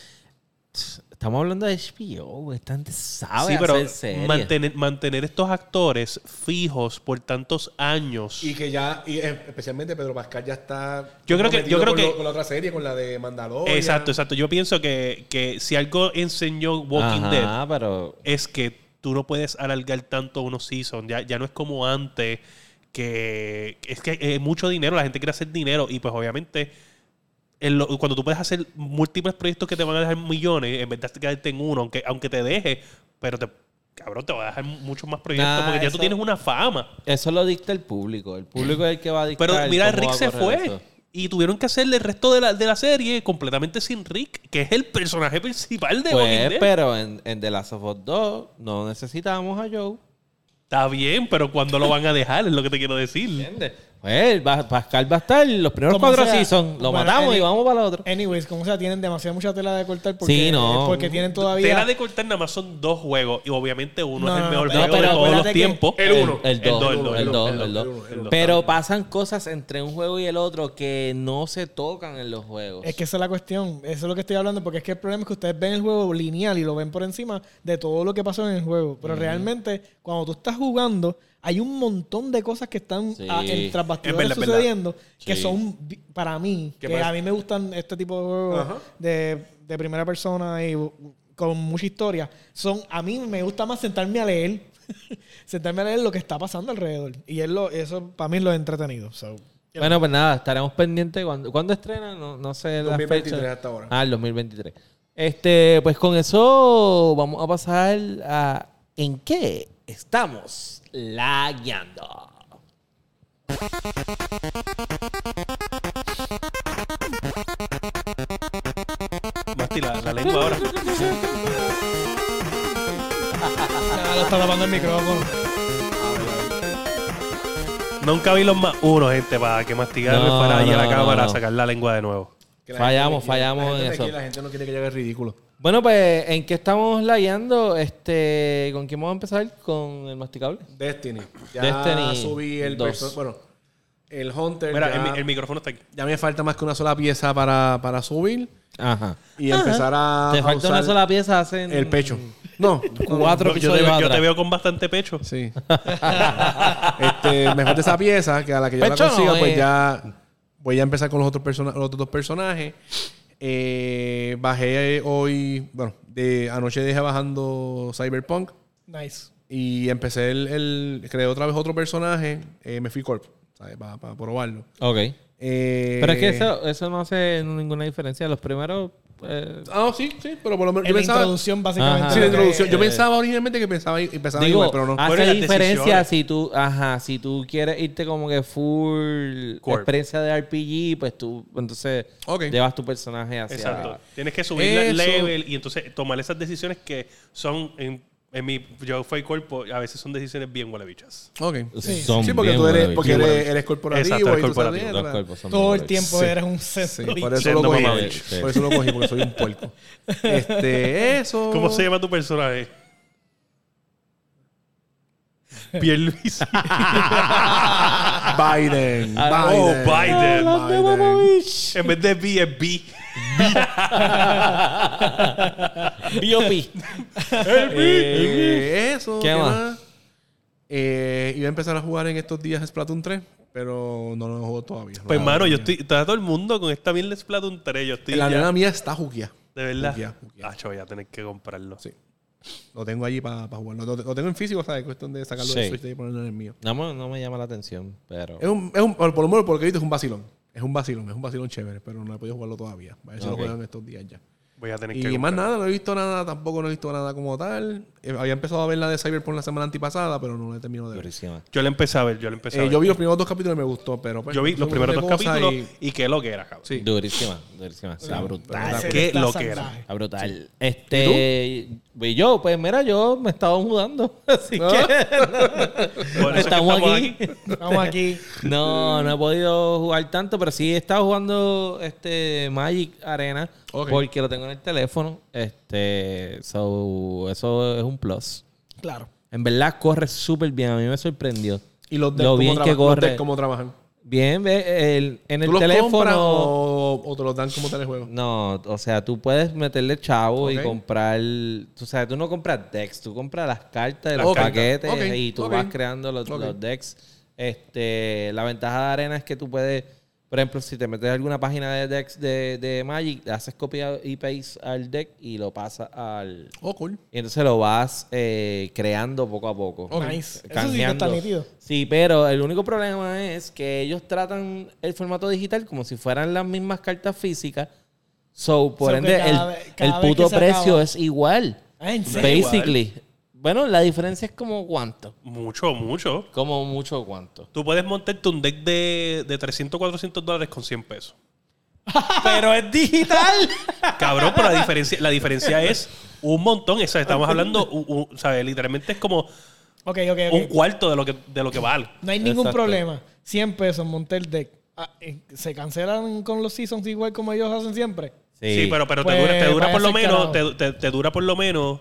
S1: Tss, Estamos hablando de HBO, esta gente sabe
S4: Sí, pero
S1: ah, hacer series.
S4: mantener, mantener estos actores fijos por tantos años.
S3: Y que ya, y eh, especialmente Pedro Pascal ya está.
S4: Yo creo que- yo
S3: comprometido
S4: creo
S3: con,
S4: que-
S3: lo- con la otra serie, con la de Mandalorian.
S4: exacto, exacto. Yo pienso que, que si algo enseñó Walking
S1: Ajá,
S4: Dead
S1: pero
S4: es que tú no puedes alargar tanto unos seasons. Ya, ya no es como antes, que es que es mucho dinero, la gente quiere hacer dinero y pues obviamente... en lo- cuando tú puedes hacer múltiples proyectos que te van a dejar millones, en vez de quedarte en uno, aunque, aunque te deje, pero te, cabrón, te va a dejar muchos más proyectos
S1: Nah,
S4: porque ya
S1: eso-
S4: tú tienes una fama.
S1: eso lo dicta el público. El público es el que va a dictar.
S4: Pero mira,
S1: cómo
S4: Rick
S1: va a
S4: se
S1: correr
S4: fue.
S1: eso.
S4: Y tuvieron que hacerle el resto de la, de la serie completamente sin Rick, que es el personaje principal de Walking
S1: Pues,
S4: Dead.
S1: pero en, en The Last of Us 2 no necesitamos a Joe.
S4: Está bien, pero ¿cuándo lo van a dejar? Es lo que te quiero decir.
S1: ¿Entiendes? Pues, va- Pascal va a estar los primeros
S2: Como
S1: cuatro
S2: sea,
S1: seasons. Lo
S2: bueno,
S1: matamos
S2: Eli-
S1: y vamos para el otro.
S2: Anyways, como sea, tienen demasiada mucha tela de cortar porque,
S1: Sí, no.
S2: porque tienen todavía.
S4: Tela de cortar nada más son dos juegos. Y obviamente uno
S2: No,
S4: es el
S2: no,
S4: mejor
S2: no,
S4: juego
S1: pero
S4: de todos
S2: acuérdate
S4: los
S2: que-
S4: tiempos.
S3: El uno.
S1: El
S4: El
S1: 2,
S4: dos,
S1: el
S4: el
S1: 2,
S4: dos,
S1: el 2,
S3: el dos,
S1: el
S3: el dos,
S1: 2.
S3: el dos.
S1: Pero pasan cosas entre un juego y el otro que no se tocan en los juegos.
S2: Es que esa es la cuestión. Eso es lo que estoy hablando. Porque es que el problema es que ustedes ven el juego lineal y lo ven por encima de todo lo que pasó en el juego. Pero realmente, cuando tú estás jugando, hay un montón de cosas que están
S1: Sí.
S2: a- en tras bastidores
S4: Es verdad, es verdad.
S2: sucediendo que
S1: Sí.
S2: son, vi- para mí,
S3: ¿Qué
S2: que
S3: pasa?
S2: a mí me gustan este tipo de
S3: Ajá.
S2: juegos de, de primera persona y u- con mucha historia. Son, a mí me gusta más sentarme a leer. sentarme a leer lo que está pasando alrededor. Y es lo, eso para mí es lo entretenido. So,
S1: Bueno, pues nada, estaremos pendientes. cuando cuándo estrena? No, no sé la
S3: 2023
S1: fecha.
S3: hasta ahora.
S1: Ah, el 2023. Este, pues con eso vamos a pasar a ¿En qué estamos lagueando?
S4: Basti, la, la lengua ahora.
S2: Ah, lo está lavando el micrófono.
S4: Nunca vi los más uno, gente, para que mastigarle
S1: No,
S4: para ahí a la
S1: no,
S4: cámara,
S1: no.
S4: sacar la lengua de nuevo.
S3: Que la
S1: Fallamos,
S3: gente me quiere.
S1: fallamos
S3: La gente
S1: en
S3: me
S1: eso.
S3: quiere, La gente no quiere que yo haga el ridículo.
S1: Bueno, pues ¿en qué estamos lagueando? Este, ¿con quién vamos a empezar? Con el masticable.
S3: Destiny. Ya
S1: Destiny
S3: subí el
S1: dos.
S3: perso- Bueno, el Hunter.
S4: Mira,
S3: ya,
S4: el, mi- el micrófono está aquí.
S3: ya me falta más que una sola pieza para, para subir
S1: Ajá. Ah,
S3: y empezar a.
S1: Te
S3: a
S1: falta una
S3: usar
S1: sola pieza hacen
S3: El pecho. No,
S1: Cuatro
S4: No, yo, te,
S1: episodios
S4: yo te
S1: atrás.
S4: veo con bastante pecho.
S3: Sí. este, me falta esa pieza que a la que yo
S1: Pecho
S3: la consiga,
S1: no,
S3: pues
S1: eh.
S3: ya voy a empezar con los otros, persona- los otros dos personajes. Eh, bajé hoy, bueno, de anoche dejé bajando Cyberpunk
S2: Nice.
S3: y empecé el, el- creé otra vez otro personaje, eh, me fui Corp, Para probarlo.
S1: Ok.
S3: Eh,
S1: Pero es que eso, eso no hace ninguna diferencia. Los primeros. eh,
S3: Ah, no, sí, sí, pero por lo menos
S2: En
S3: yo
S2: la
S3: pensaba...
S2: introducción, básicamente.
S1: Ajá.
S3: Sí,
S2: lo
S3: la
S2: que-
S3: introducción. Yo pensaba originalmente que pensaba, pensaba
S1: Eh, digo, ah,
S3: igual, pero no.
S1: hace
S4: Bueno, y las
S1: diferencia
S4: decisiones.
S1: si tú, ajá, si tú quieres irte como que full
S4: Corp.
S1: experiencia de RPG, pues tú entonces
S3: Ok.
S1: llevas tu personaje hacia.
S4: Exacto. Tienes que subir el
S3: Eso.
S4: level y entonces tomar esas decisiones que son, en, en mi yo fui cuerpo, a veces son decisiones bien huelebichas.
S3: Ok.
S1: Sí,
S3: Sí,
S1: son
S3: porque
S1: bien
S3: tú eres,
S1: maravillosos.
S3: porque
S1: Bien
S3: eres,
S1: maravillosos.
S3: eres corporativo y
S4: Exacto, eres
S3: tú sabes
S4: corporativo.
S3: mierda.
S1: Los cuerpos son
S2: Todo el
S1: mejores.
S2: tiempo
S3: Sí.
S2: eres un set.
S3: Sí, por eso
S4: Siendo
S3: lo cogí.
S4: mamabicho.
S1: Sí.
S3: Por eso lo cogí, porque soy un puerco. Este, eso.
S4: ¿Cómo se llama tu personaje? Pierluisi.
S3: Biden.
S1: Ah,
S4: oh,
S3: Biden.
S4: Biden.
S3: Biden.
S2: Ah,
S4: En vez de B es B.
S1: B.O.P.
S3: Eh, eso.
S1: ¿Qué
S3: ¿Qué
S1: más?
S3: más? Eh, iba a empezar a jugar en estos días Splatoon 3, pero no lo juego todavía.
S4: Pues,
S3: No,
S4: hermano, yo
S3: todavía.
S4: estoy. Está todo el mundo con esta mierda de Splatoon 3. Yo estoy.
S3: La
S4: ya-
S3: nena mía está juquia.
S4: de verdad.
S3: Juquia, juquia.
S4: Ah, chavo, voy a tener que comprarlo.
S3: Sí. Lo tengo allí para jugarlo. Lo, lo tengo en físico, ¿sabes? Cuestión de sacarlo
S1: Sí.
S3: del Switch y ponerlo en el mío.
S1: No, me- no me llama la atención, pero.
S3: Es un, es un, por lo menos por lo que he visto, es un vacilón. Es un vacilón, es un vacilón chévere, pero no he podido jugarlo todavía. A ver si
S1: Ok.
S3: lo juegan estos días ya.
S4: Voy a tener que
S3: Y
S4: comprarlo.
S3: más nada, no he visto nada, tampoco no he visto nada como tal. Eh, Había empezado a ver la de Cyberpunk la semana antipasada, pero no la he terminado de ver.
S1: Durísima.
S4: Yo la empecé a ver. Yo la empecé a
S3: Eh,
S4: ver.
S3: yo vi los primeros dos capítulos y me gustó, pero... pues,
S4: Yo vi
S3: son
S4: los
S3: un
S4: primeros
S3: montón
S4: dos
S3: de cosas
S4: capítulos
S3: y-
S4: y, qué lo que era, cabrón.
S3: Sí.
S1: Durísima, durísima. Está brutal.
S2: Ese
S4: Qué
S2: está
S4: loquera.
S2: salvaje.
S1: Está brutal. Este. Y yo, pues mira, yo me he estado mudando. Así
S3: ¿Ah?
S1: que.
S4: Por eso es que
S1: estamos, aquí.
S2: Estamos aquí.
S1: No, no he podido jugar tanto, pero sí he estado jugando este Magic Arena.
S3: Ok.
S1: Porque lo tengo en el teléfono. Este. So, eso es un plus.
S2: Claro.
S1: En verdad corre súper bien. A mí me sorprendió.
S3: Y los decks,
S1: Lo
S3: cómo
S1: bien que
S3: trabajan, los
S1: corre.
S3: decks cómo trabajan.
S1: Bien, ve, el- en el
S3: ¿Tú los compras
S1: teléfono.
S3: o, o te los dan como telejuego?
S1: No, o sea, tú puedes meterle chavo y
S3: Ok.
S1: comprar. O sea, tú no compras decks, tú compras las cartas de
S3: Las
S1: los
S3: cartas.
S1: paquetes
S3: Ok,
S1: y tú
S3: ok.
S1: vas creando los,
S3: Ok.
S1: los decks. Este, la ventaja de Arena es que tú puedes, por ejemplo, si te metes a alguna página de decks de, de Magic, le haces copia y paste al deck y lo pasas al.
S3: Oh, cool.
S1: Y entonces lo vas eh, creando poco a poco.
S3: Ok.
S2: Nice. Eso sí que
S1: Canjeando.
S2: está nítido.
S1: Sí, pero el único problema es que ellos tratan el formato digital como si fueran las mismas cartas físicas. So, por
S2: que
S1: ende,
S2: cada
S1: el,
S2: vez- cada
S1: el
S2: vez
S1: puto
S2: que se
S1: precio
S2: acaba.
S1: es igual.
S2: Ah, ¿en serio?
S1: Basically. Bueno, la diferencia es como cuánto.
S4: Mucho, mucho.
S1: Como mucho cuánto.
S4: Tú puedes montarte un deck de, de 300, 400 dólares con 100 pesos.
S1: pero es digital.
S4: Cabrón, pero la diferencia, la diferencia es un montón. O sea, estamos hablando, u- u- ¿sabes? Literalmente es como
S2: Ok, ok, ok.
S4: un cuarto de lo que, de lo que vale.
S2: No hay ningún
S1: Exacto.
S2: problema. 100 pesos, monté el deck. Ah, eh, ¿Se cancelan con los seasons igual como ellos hacen siempre?
S4: Sí, pero, pero te
S2: Pues,
S4: dura, te dura
S2: vaya
S4: por lo
S2: a ser
S4: menos, te,
S2: carajo.
S4: te- te dura por lo menos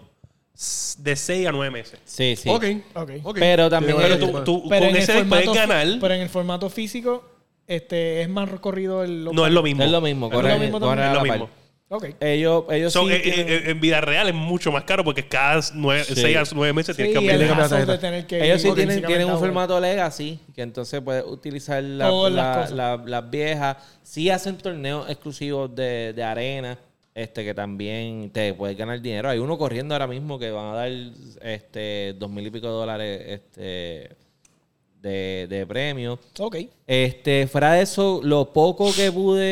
S4: s- de 6 a 9 meses.
S1: Sí, sí.
S3: Ok.
S2: Ok.
S3: ok.
S1: Pero también-
S3: Tiene
S1: Pero
S3: varios
S4: Pero tú,
S3: tipos.
S4: tú
S2: Pero
S4: con
S2: en el
S4: ese deck puedes
S2: formato fi-
S4: ganar.
S2: Pero en el formato físico este, es más recorrido el...
S4: No es lo mismo.
S1: Es lo mismo.
S4: Es
S1: corre-
S4: lo mismo.
S1: corre
S4: también.
S1: a la
S4: Es lo
S1: par.
S4: mismo.
S2: Ok.
S1: Ellos, ellos
S4: So,
S1: sí
S4: eh, eh,
S1: tienen-
S4: eh, en vida real es mucho más caro porque cada 6
S1: Sí.
S4: a 9 meses
S2: Sí, el
S4: tienes que abrir.
S3: Tiene que cambiar
S2: hassle
S3: tarjeta.
S2: de tener que
S1: Ellos sí
S2: ir
S1: tienen,
S2: físicamente
S1: tienen
S2: a
S1: un
S2: jugar.
S1: formato legacy, que entonces puedes utilizar la-
S2: Todas las
S1: la-
S2: cosas.
S1: la- las viejas. Sí hacen torneos exclusivos de, de arena, este que también te puedes ganar dinero. Hay uno corriendo ahora mismo que van a dar este dos mil y pico de dólares este, de de, de premio.
S2: Ok.
S1: Este, fuera de eso, lo poco que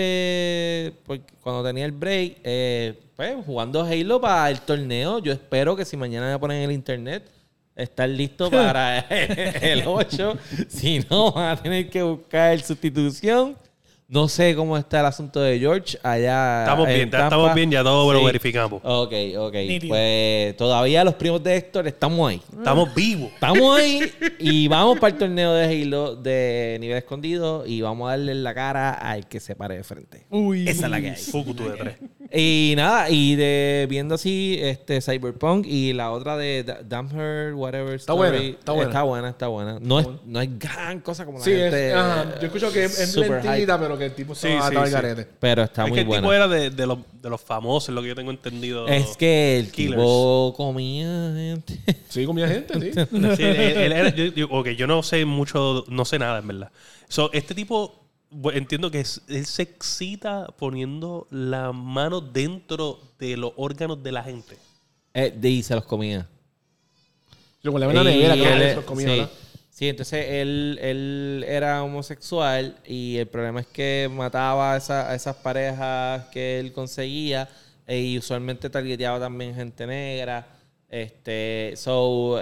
S1: pude porque cuando tenía el break, eh, pues jugando Halo para el torneo. Yo espero que si mañana me ponen en el internet, estar listo para el 8. si no, van a tener que buscar sustitución. No sé cómo está el asunto de George allá.
S4: Estamos
S1: en
S4: bien, ya
S1: Tampa.
S4: estamos bien, ya todo lo
S1: Sí.
S4: verificamos.
S1: Ok, ok.
S2: Nítido.
S1: Pues todavía los primos de Héctor estamos ahí.
S4: Estamos vivos.
S1: Estamos ahí y vamos para el torneo de Halo de nivel escondido y vamos a darle en la cara al que se pare de frente.
S2: Uy.
S1: Esa es la que hay.
S4: Fuku tú de tres.
S1: Y nada, y de viendo así este Cyberpunk y la otra de Da- Damn Her, whatever.
S3: Está
S1: Story.
S3: buena, está buena.
S1: Está buena, está buena. No es, no es gran cosa como la
S3: Sí, es-
S1: gente.
S3: ajá. yo escucho que es, es
S1: super
S3: lentita,
S1: hype.
S3: pero que el tipo
S4: Sí,
S3: se va
S4: sí,
S3: a al
S4: sí.
S3: garete.
S1: Pero está
S4: Es
S1: muy
S4: que el
S1: buena.
S4: tipo era de, de los, de los famosos, lo que yo tengo entendido.
S1: Es que el
S4: Killers.
S1: tipo comía gente.
S3: Sí, comía gente, sí.
S4: Sí, él- él era- yo, yo- ok, yo no sé mucho, no sé nada, en verdad. So, este tipo, bu- entiendo que es- él se excita poniendo la mano dentro de los órganos de la gente.
S1: Eh, de- y se los comía.
S3: Yo con la vena nevera,
S1: Y
S3: que
S1: él-
S3: era eso, comía,
S1: sí.
S3: ¿verdad?
S1: Sí, entonces él, él era homosexual y el problema es que mataba a, esa- a esas parejas que él conseguía eh, y usualmente targeteaba también gente negra. Este, so,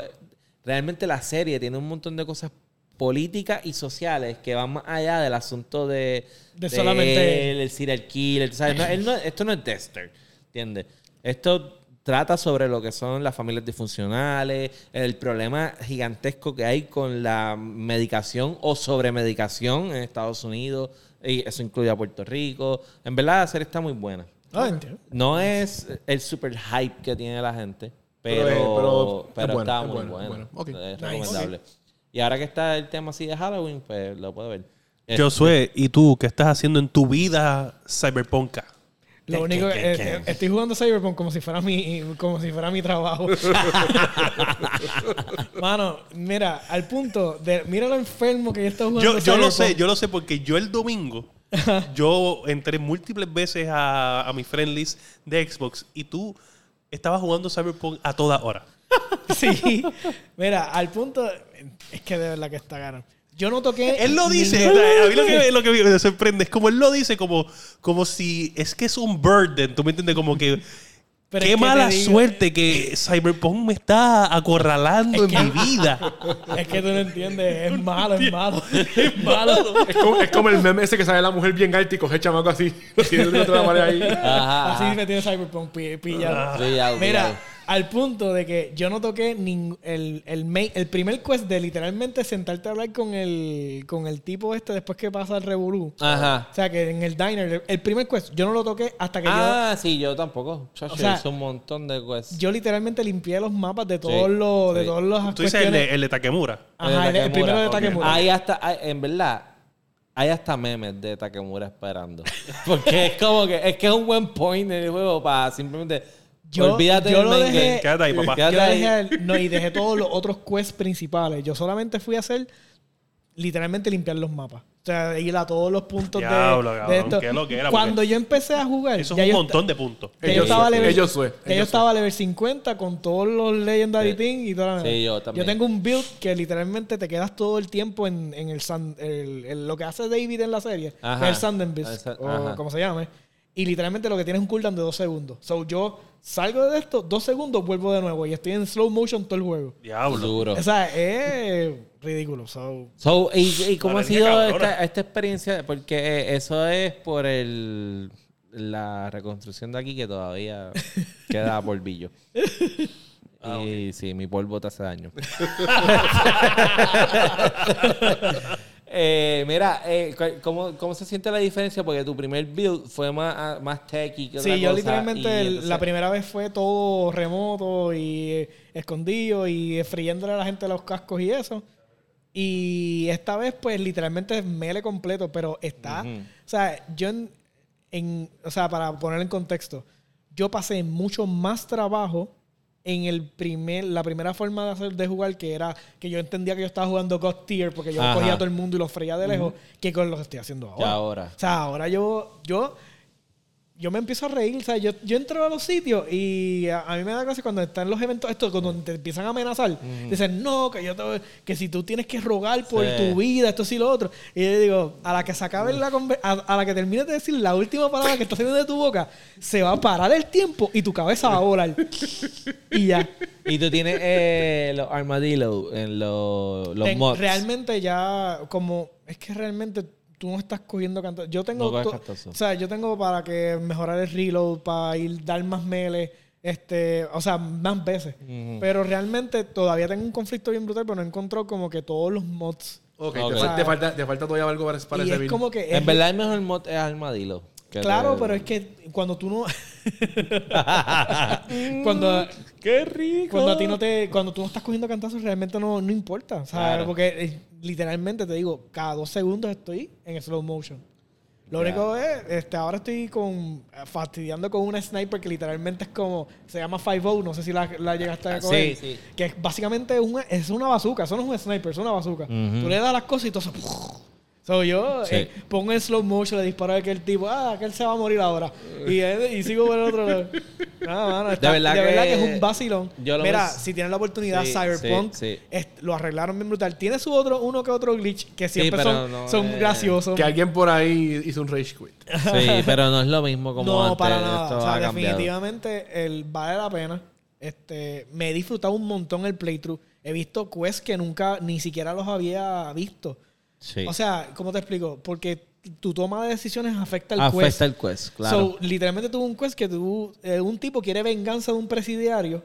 S1: realmente la serie tiene un montón de cosas políticas y sociales que van más allá del asunto de,
S2: De solamente-
S1: él, el serial killer. tú ¿sabes? No, él no- esto no es Dexter, ¿entiendes? Esto trata sobre lo que son las familias disfuncionales, el problema gigantesco que hay con la medicación o sobremedicación en Estados Unidos, y eso incluye a Puerto Rico. En verdad, la serie está muy buena.
S2: Ah, entiendo.
S1: No es el super hype que tiene la gente, pero,
S3: Pero, eh, pero
S1: pero,
S3: es bueno,
S1: está
S3: es
S1: muy
S3: bueno,
S1: buena.
S3: bueno. Ok.
S1: Es
S2: Nice.
S1: recomendable. Y ahora que está el tema así de Halloween, pues lo puedo ver.
S4: Josué, ¿y tú qué estás haciendo en tu vida cyberpunka?
S2: Lo
S1: ¿Qué,
S2: único
S1: qué,
S2: que
S1: qué,
S2: eh, estoy jugando Cyberpunk como si fuera mi como si fuera mi trabajo. Mano, mira, al punto de mira lo enfermo que yo estoy jugando.
S4: Yo, yo lo
S2: Cyberpunk.
S4: sé, yo lo sé porque yo el domingo, yo entré múltiples veces a, a mi friend list de Xbox y tú estabas jugando cyberpunk a toda hora.
S2: Sí. Mira, al punto es que de verdad que está caro. Yo no toqué
S4: Él lo dice. eh,
S2: ningún-
S4: A mí lo que, lo que
S2: eh.
S4: me sorprende es como él lo dice, como, como si es que es un burden. ¿Tú me entiendes? Como que.
S2: Pero
S4: qué
S2: es que te
S4: mala
S2: digo-
S4: suerte que Cyberpunk me está acorralando
S2: Es que-
S4: en mi vida.
S2: Es que tú no entiendes, es malo, es malo. Es malo.
S3: Es como, es como el meme ese que sale la mujer bien alta y coge el chamaco así. Lo tiene de otra manera ahí.
S1: Ajá,
S2: Así
S1: ajá. Ah,
S2: me tiene Cyberpunk pi- pillado.
S1: Pillado, pillado.
S2: Mira, al punto de que yo no toqué ning- el, el, main- el primer quest de literalmente sentarte a hablar con el, con el tipo este después que pasa el revolú.
S1: Ajá.
S2: O sea, que en el diner, el primer quest, yo no lo toqué hasta que
S1: Ah, sí, yo tampoco. Chacho,
S2: O sea,
S1: hice un montón de
S2: yo,
S1: cosas.
S2: yo literalmente limpié los mapas de todos los... De
S1: sí.
S2: todos los
S4: Tú dices el de, el de Takemura.
S2: Ajá, el, el primero de
S1: Ok.
S2: Takemura.
S1: Hay hasta, hay- en verdad, hay hasta memes de Takemura esperando. Porque es como que, es que es un buen point en el juego para simplemente.
S2: Yo-
S1: olvídate
S2: yo
S1: del
S2: lo
S1: main
S2: dejé-
S1: game.
S4: Quédate ahí, papá.
S1: Quédate
S2: Yo
S1: ahí.
S2: dejé el- no, y dejé todos los otros quests principales. Yo solamente fui a hacer literalmente limpiar los mapas. O sea, ir a todos los puntos de-
S4: Diablo,
S2: de,
S4: cabrón,
S2: esto.
S4: qué loquera,
S2: Cuando
S4: porque
S2: yo empecé a jugar,
S4: Eso es
S2: ya
S4: un
S2: yo-
S4: montón de puntos.
S2: ya yo
S1: Ellos
S2: estaba
S1: sí,
S2: level,
S3: ellos sí,
S2: ya yo
S3: ellos sí.
S2: estaba level 50 con todos los Legendary
S1: Sí.
S2: Things y toda la
S1: Sí,
S2: mierda.
S1: yo también.
S2: tengo un build que literalmente te quedas todo el tiempo en, en el, sand, el- el- lo que hace David en la serie,
S1: Ajá.
S2: que es el Sanden Beast,
S1: El sa-
S2: o
S1: ajá.
S2: como se llame. Y literalmente lo que tienes es un cooldown de dos segundos. So yo salgo de esto, dos segundos, vuelvo de nuevo y estoy en slow motion todo el juego.
S4: Diablo.
S1: Duro.
S2: O sea, es ridículo. So,
S1: So, ¿y, y cómo ha
S4: Madre
S1: sido
S4: mía, cabrona.
S1: esta, esta experiencia? Porque eh, eso es por el, la reconstrucción de aquí que todavía queda polvillo. y sí, mi polvo te hace daño. Eh, mira, eh, cu- ¿cómo, ¿cómo se siente la diferencia? Porque tu primer build fue más, ah, más techy que
S2: Sí,
S1: otra
S2: yo
S1: cosa,
S2: literalmente
S1: y
S2: el- la
S1: entonces-
S2: primera vez fue todo remoto y eh, escondido y friéndole a la gente los cascos y eso. Y esta vez, pues, literalmente es mele completo, pero está.
S1: Ujú.
S2: O sea, yo en, en- O sea, para poner en contexto, yo pasé mucho más trabajo en el primer, la primera forma de hacer de jugar que era que yo entendía que yo estaba jugando God Tier porque yo
S1: Ajá.
S2: cogía a todo el mundo y los freía de lejos que con lo que estoy haciendo ahora.
S1: ahora.
S2: O sea, ahora yo, yo yo me empiezo a reír, o sea, yo, yo entro a los sitios y a, a mí me da gracia cuando están los eventos estos, cuando te empiezan a amenazar, dicen, no, que yo te voy- que si tú tienes que rogar por
S1: Sí.
S2: tu vida, esto sí lo otro. Y yo digo, a la que se acabe la conver- a, a la que termines de decir la última palabra que está saliendo de tu boca, se va a parar el tiempo y tu cabeza va a volar. y ya.
S1: Y tú tienes eh, los armadillos en los, los
S2: Ten-
S1: mods.
S2: Realmente ya, como, es que realmente tú no estás cogiendo cantos. Yo tengo,
S1: No coges
S2: to-
S1: cantazo.
S2: o sea, yo tengo para que mejorar el reload, para ir dar más melee, este, o sea, más veces. Pero realmente todavía tengo un conflicto bien brutal, pero no encontró como que todos los mods.
S3: Ah, Ok,
S1: Ok.
S3: Te, fal- te falta, te falta todavía algo para, para
S2: y
S3: ese
S2: es
S3: build.
S2: como que es-
S1: En verdad el mejor mod es armadillo. que
S2: claro,
S1: te-
S2: pero es que cuando tú no cuando
S1: ¡Qué rico!
S2: cuando a ti no te cuando tú no estás cogiendo cantazos realmente no, no importa, o sea,
S1: Claro.
S2: porque eh, literalmente te digo, cada dos segundos estoy en slow motion. Lo
S1: Ya.
S2: único es, este, ahora estoy con eh, fastidiando con una sniper que literalmente es como, se llama 5-0, no sé si la, la llegaste a
S1: Ah,
S2: coger.
S1: sí, sí.
S2: Que es básicamente una, es una bazooka, eso no es un sniper, es una bazooka. Tú le das las cosas y todo eso. So, yo
S1: Sí.
S2: eh, pongo en slow motion, le disparo a aquel tipo, ah, aquel se va a morir ahora. Y, él- y sigo por el otro lado. No, mano, está- de verdad,
S1: verdad
S2: que,
S1: que-
S2: es un vacilón.
S1: yo lo
S2: Mira,
S1: ves-
S2: si tienen la oportunidad,
S1: Sí,
S2: Cyberpunk
S1: sí, sí.
S2: es- lo arreglaron bien brutal. Tiene su otro, uno que otro glitch que siempre
S1: pero
S2: son,
S1: no eh,
S2: son
S1: es-
S2: graciosos.
S3: Que alguien por ahí hizo un rage quit.
S1: Sí, pero no es lo mismo como
S2: no,
S1: antes.
S2: para nada.
S1: Esto
S2: O
S1: ha
S2: sea,
S1: cambiado.
S2: definitivamente el, vale la pena. Este, me he disfrutado un montón el playthrough. He visto quests que nunca ni siquiera los había visto.
S1: Sí.
S2: O sea, ¿cómo te explico? Porque tu toma de decisiones afecta el
S1: Ah, Afecta
S2: quest.
S1: el quest, claro.
S2: So, literalmente tuvo un quest que tuvo, eh, un tipo quiere venganza de un presidiario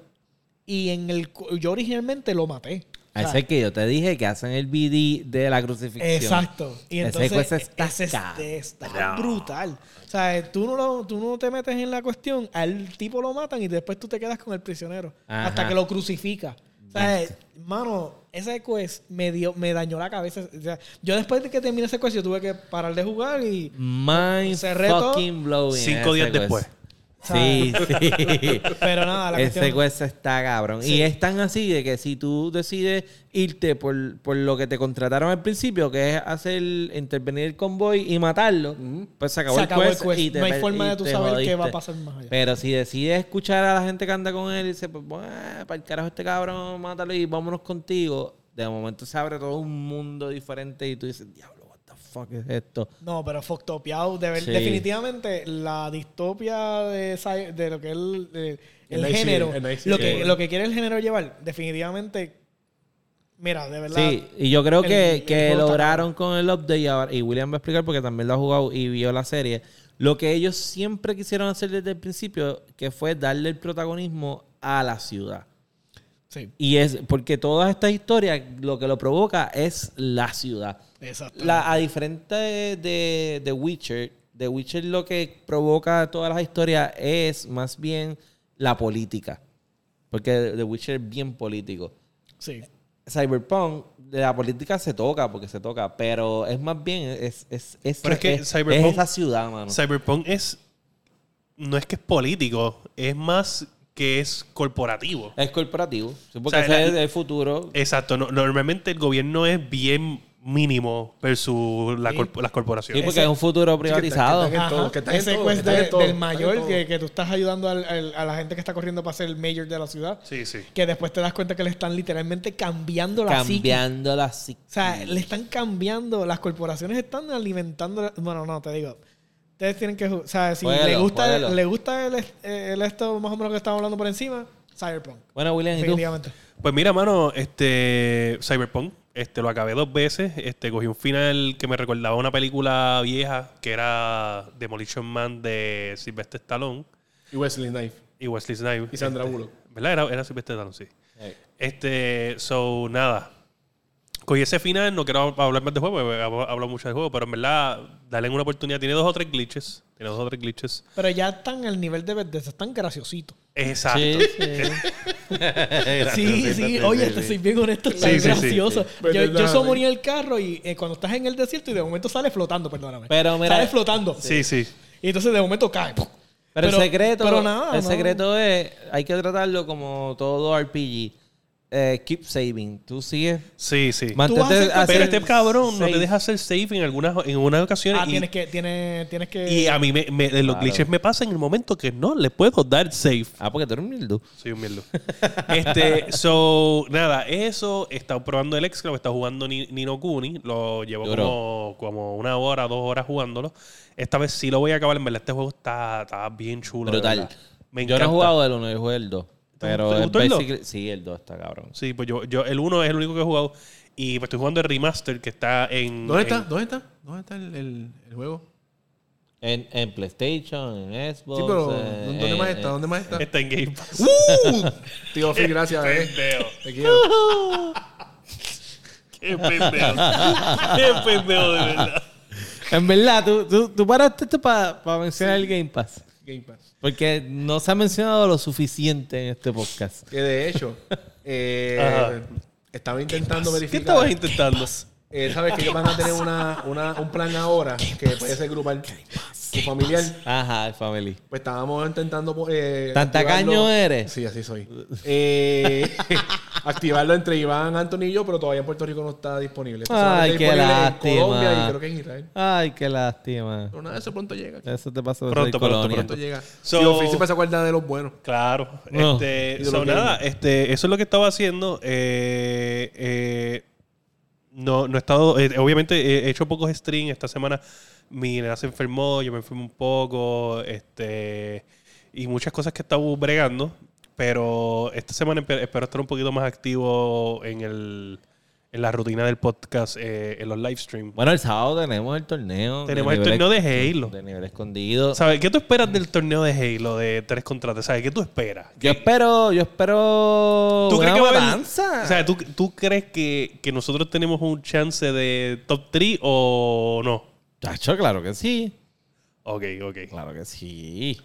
S2: y en el cu- yo originalmente lo maté.
S1: A
S2: O sea,
S1: ese que yo te dije que hacen el BD de la crucifixión.
S2: Exacto. Y
S1: Ese
S2: entonces
S1: juez está
S2: ese está,
S1: cabrón.
S2: está brutal. O sea, eh, tú no, lo- tú no te metes en la cuestión, al tipo lo matan y después tú te quedas con el prisionero
S1: Ajá.
S2: hasta que lo crucifica. O sea, eh, mano, ese quest me dio, me dañó la cabeza. O sea, yo después de que terminé ese quest, yo tuve que parar de jugar y
S1: Mind
S2: Se retó
S1: fucking blowing.
S4: Cinco días
S1: ese
S4: después.
S1: quest. Sí, sí.
S2: pero nada, Ah, la
S1: Ese
S2: cuestión
S1: quest está cabrón.
S2: Sí.
S1: Y es tan así de que si tú decides irte por, por lo que te contrataron al principio, que es hacer intervenir el convoy y matarlo, pues se acabó,
S2: Se
S1: el,
S2: acabó el
S1: quest
S2: quest.
S1: y te
S2: No hay
S1: per-
S2: forma
S1: y
S2: de tú
S1: te
S2: saber qué va a pasar más allá.
S1: Pero si decides escuchar a la gente que anda con él y dice, pues bueno, para el carajo este cabrón, mátalo y vámonos contigo, de momento se abre todo un mundo diferente y tú dices, diablo, what the fuck es esto.
S2: No, pero Foctopiao, de ver-
S1: Sí.
S2: definitivamente la distopia de, sci- de lo que es el, de-
S3: El
S2: el
S3: Night City,
S2: género,
S3: el Night City.
S2: lo que, lo que quiere el género llevar, definitivamente, mira, de verdad.
S1: Sí, y yo creo
S2: el-
S1: que,
S2: el
S1: que
S2: juego está
S1: lograron con el update y, ahora- y William va a explicar porque también lo ha jugado y vio la serie. Lo que ellos siempre quisieron hacer desde el principio, que fue darle el protagonismo a la ciudad.
S2: Sí,
S1: Y es porque todas estas historias lo que lo provoca es la ciudad.
S2: exacto.
S1: La, a diferente de, de, de Witcher, The Witcher lo que provoca todas las historias es más bien la política. Porque The Witcher es bien político.
S2: sí.
S1: Cyberpunk, de la política se toca, porque se toca, pero es más bien, es, es, es,
S4: Pero es que
S1: es-
S4: Cyberpunk-
S1: es esa ciudad, mano.
S4: Cyberpunk es. No es que es político, es más que es corporativo.
S1: es corporativo, sí, porque
S4: O sea,
S1: ese
S4: la-
S1: es el futuro.
S4: Exacto, no- normalmente el gobierno es bien mínimo versus la corpo- las
S1: Sí,
S4: corporaciones.
S1: porque
S2: ese-
S1: es un futuro privatizado.
S3: que en todo,
S2: Ajá,
S3: que está en
S2: Ese
S3: todo, que
S2: quest
S3: está en
S2: de-
S3: todo,
S2: del
S3: que está en
S2: mayor
S3: todo.
S2: que, que tú estás ayudando al- al- a la gente que está corriendo para ser el mayor de la ciudad,
S4: Sí, sí.
S2: que después te das cuenta que le están literalmente cambiando la psique.
S1: Cambiando la psique.
S2: O sea, le están cambiando, las corporaciones están alimentando. Bueno, no, te digo. Ustedes tienen que. ju- O sea, si
S1: Juégalo,
S2: le gusta,
S1: juégalo.
S2: le gusta el, est- el esto, más o menos lo que estamos hablando por encima, Cyberpunk.
S1: Bueno, William, ¿y tú?
S2: Definitivamente.
S4: Pues mira, mano, este Cyberpunk, este lo acabé dos veces, este cogí un final que me recordaba una película vieja que era Demolition Man de Sylvester Stallone
S3: Y Wesley Knife.
S4: y Wesley Snipes.
S3: Y Sandra
S4: Este,
S3: Bullock.
S4: ¿Verdad? Era, era Sylvester Stallone, sí.
S1: Hey.
S4: Este, so, nada. Cogí ese final, no quiero hablar más de juego, porque he hablado mucho del juego, pero en verdad, dale una oportunidad. Tiene dos o tres glitches. Tiene dos o tres glitches.
S2: Pero ya están al nivel de Bethesda, están graciositos.
S4: Exacto.
S1: Sí, sí.
S2: Sí, sí, oye, te soy bien honesto, están
S4: Sí, sí, sí,
S2: graciosos.
S3: sí.
S2: Yo,
S3: Bethesda,
S2: yo
S3: sí.
S2: soy en el carro y eh, cuando estás en el desierto y de momento sale flotando, perdóname.
S1: Pero mira-
S2: Sale flotando.
S4: Sí, sí.
S2: Y entonces de momento cae. Pero,
S1: Pero, el secreto,
S2: Pero nada.
S1: el
S2: no.
S1: secreto es, hay que tratarlo como todo RPG. eh, keep saving. Tú sigues.
S4: Sí, sí.
S1: mantente
S2: haces-
S1: hacer-
S4: Pero este cabrón no te
S1: save.
S4: deja hacer save en algunas, en algunas ocasiones.
S2: Ah,
S4: y,
S2: tienes que, tienes, tienes que.
S4: y a mí me- me- los
S1: Claro.
S4: glitches me pasan en el momento que no le puedo dar save.
S1: Ah, porque tú eres un mildu.
S4: Soy un mierdo. este, so, nada, eso. He estado probando el Exclave, he estado jugando Ni- Nino Kuni. Lo llevo
S1: Duro.
S4: como, como una hora, dos horas jugándolo. Esta vez sí lo voy a acabar. En verdad, este juego está, está bien chulo. de
S1: Brutal.
S4: verdad. Me
S1: Yo
S4: encanta.
S1: no he jugado el 1, yo jugué el 2. Pero
S4: te
S1: es
S4: gustó el dos?
S1: basically- Sí, el 2 está cabrón.
S4: Sí, pues yo, yo el uno es el único que he jugado. Y pues estoy jugando el remaster que está en.
S3: ¿Dónde
S4: en-
S3: está? ¿Dónde está? ¿Dónde está el, el- el juego?
S1: En, en PlayStation, en Xbox.
S3: Sí, pero
S1: eh,
S3: ¿dónde
S1: en-
S3: más
S1: en-
S3: está? ¿Dónde más está?
S4: Está en Game Pass.
S3: ¡Uh! Tío Phil, gracias, eh.
S4: Pendejo.
S3: Te quiero.
S4: Qué pendejo. Qué pendejo, de verdad.
S1: En verdad, tú, tú, tú paraste esto para mencionar el Game Pass.
S3: Game Pass.
S1: Porque no se ha mencionado lo suficiente en este podcast.
S3: Que de hecho, eh, estaba intentando
S4: ¿Qué
S3: verificar.
S4: estabas intentando?
S3: Eh, Sabes que ellos van a tener una, una- un plan ahora que puede ser grupal, tu familiar.
S1: Ajá, el Family.
S3: Pues estábamos intentando. Eh,
S1: ¿Tan
S3: activarlo.
S1: tacaño eres?
S3: Sí, así soy. Eh, activarlo entre Iván, Anthony y yo, pero todavía en Puerto Rico no está disponible. Está
S1: Ay,
S3: solamente
S1: qué
S3: disponible En Colombia
S1: lástima.
S3: y creo que en Israel.
S1: Ay, qué lástima.
S3: Pero nada, eso pronto llega. Pronto
S1: Eso te pasó por
S4: Pronto,
S1: ser
S4: pronto,
S1: colonia.
S4: pronto.
S3: llega.
S4: So-
S3: Tío Phil siempre se acuerda de los buenos.
S4: Claro.
S1: No.
S4: Este,
S3: Y de
S4: so,
S3: lo que
S4: nada, este, eso es lo que estaba haciendo. Eh, eh, no, no he estado. eh, obviamente he hecho pocos streams esta semana. Mi nena se enfermó, yo me enfermé un poco. Este, y muchas cosas que he estado bregando. Pero esta semana empe- espero estar un poquito más activo en, el, en la rutina del podcast, eh, en los live streams.
S1: Bueno, el sábado tenemos el torneo.
S4: Tenemos
S1: de
S4: el
S1: nivel
S4: torneo
S1: ex-
S4: de Halo.
S1: De nivel escondido.
S4: ¿Sabes qué tú esperas del torneo de Halo de 3 contra 3? ¿Sabes qué tú esperas?
S1: yo espero, yo espero
S4: ¿Tú
S1: una
S4: crees que va a haber-
S1: matanza.
S4: O sea, ¿tú, tú crees que, que nosotros tenemos un chance de top 3 o no?
S1: Chacho, claro que sí.
S4: Ok, ok.
S1: Claro que sí.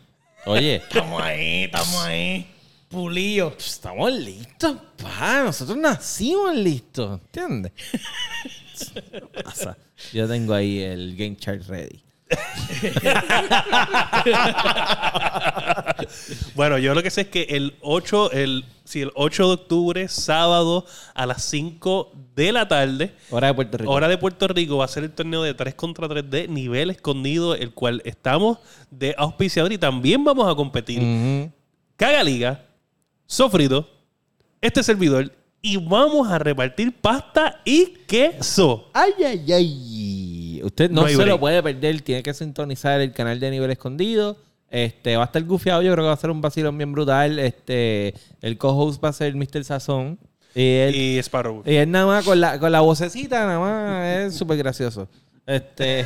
S1: Oye,
S2: Estamos ahí, estamos ahí. Pulillo.
S1: estamos listos, pa. Nosotros nacimos listos, ¿entiendes? ¿Qué pasa? Yo tengo ahí el game chart ready.
S4: Bueno, yo lo que sé es que el 8, el, sí, el 8 de octubre, sábado, a las 5 de la tarde,
S1: Hora de Puerto Rico.
S4: hora de Puerto Rico, va a ser el torneo de 3 contra 3 de nivel escondido, el cual estamos de auspiciador y también vamos a competir.
S1: Ujú.
S4: Caga Liga, Sofrito, este servidor, y vamos a repartir pasta y queso.
S1: Ay, ay, ay. Usted no,
S4: No hay
S1: se
S4: break.
S1: lo puede perder. Tiene que sintonizar el canal de Nivel Escondido. Este, va a estar gufiado. Yo creo que va a ser un vacilón bien brutal. Este, el co-host va a ser Mr. Sazón. Y él,
S4: Y Sparrow.
S1: y él nada más con la, con la vocecita, nada más. Es súper gracioso. Este,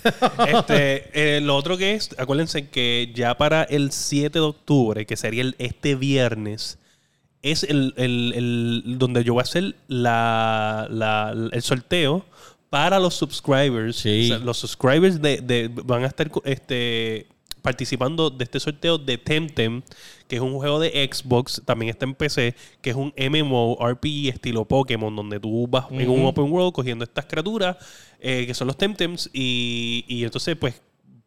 S4: Este, eh, lo otro que es, acuérdense que ya para el 7 de octubre, que sería el, este viernes, es el, el- el- donde yo voy a hacer la, la- el sorteo para los subscribers.
S1: Sí.
S4: O sea, los subscribers de, de- van a estar este, participando de este sorteo de Temtem, que es un juego de Xbox, también está en PC, que es un MMORPG estilo Pokémon, donde tú vas en un open world cogiendo estas criaturas, eh, que son los Temtems, y, y entonces pues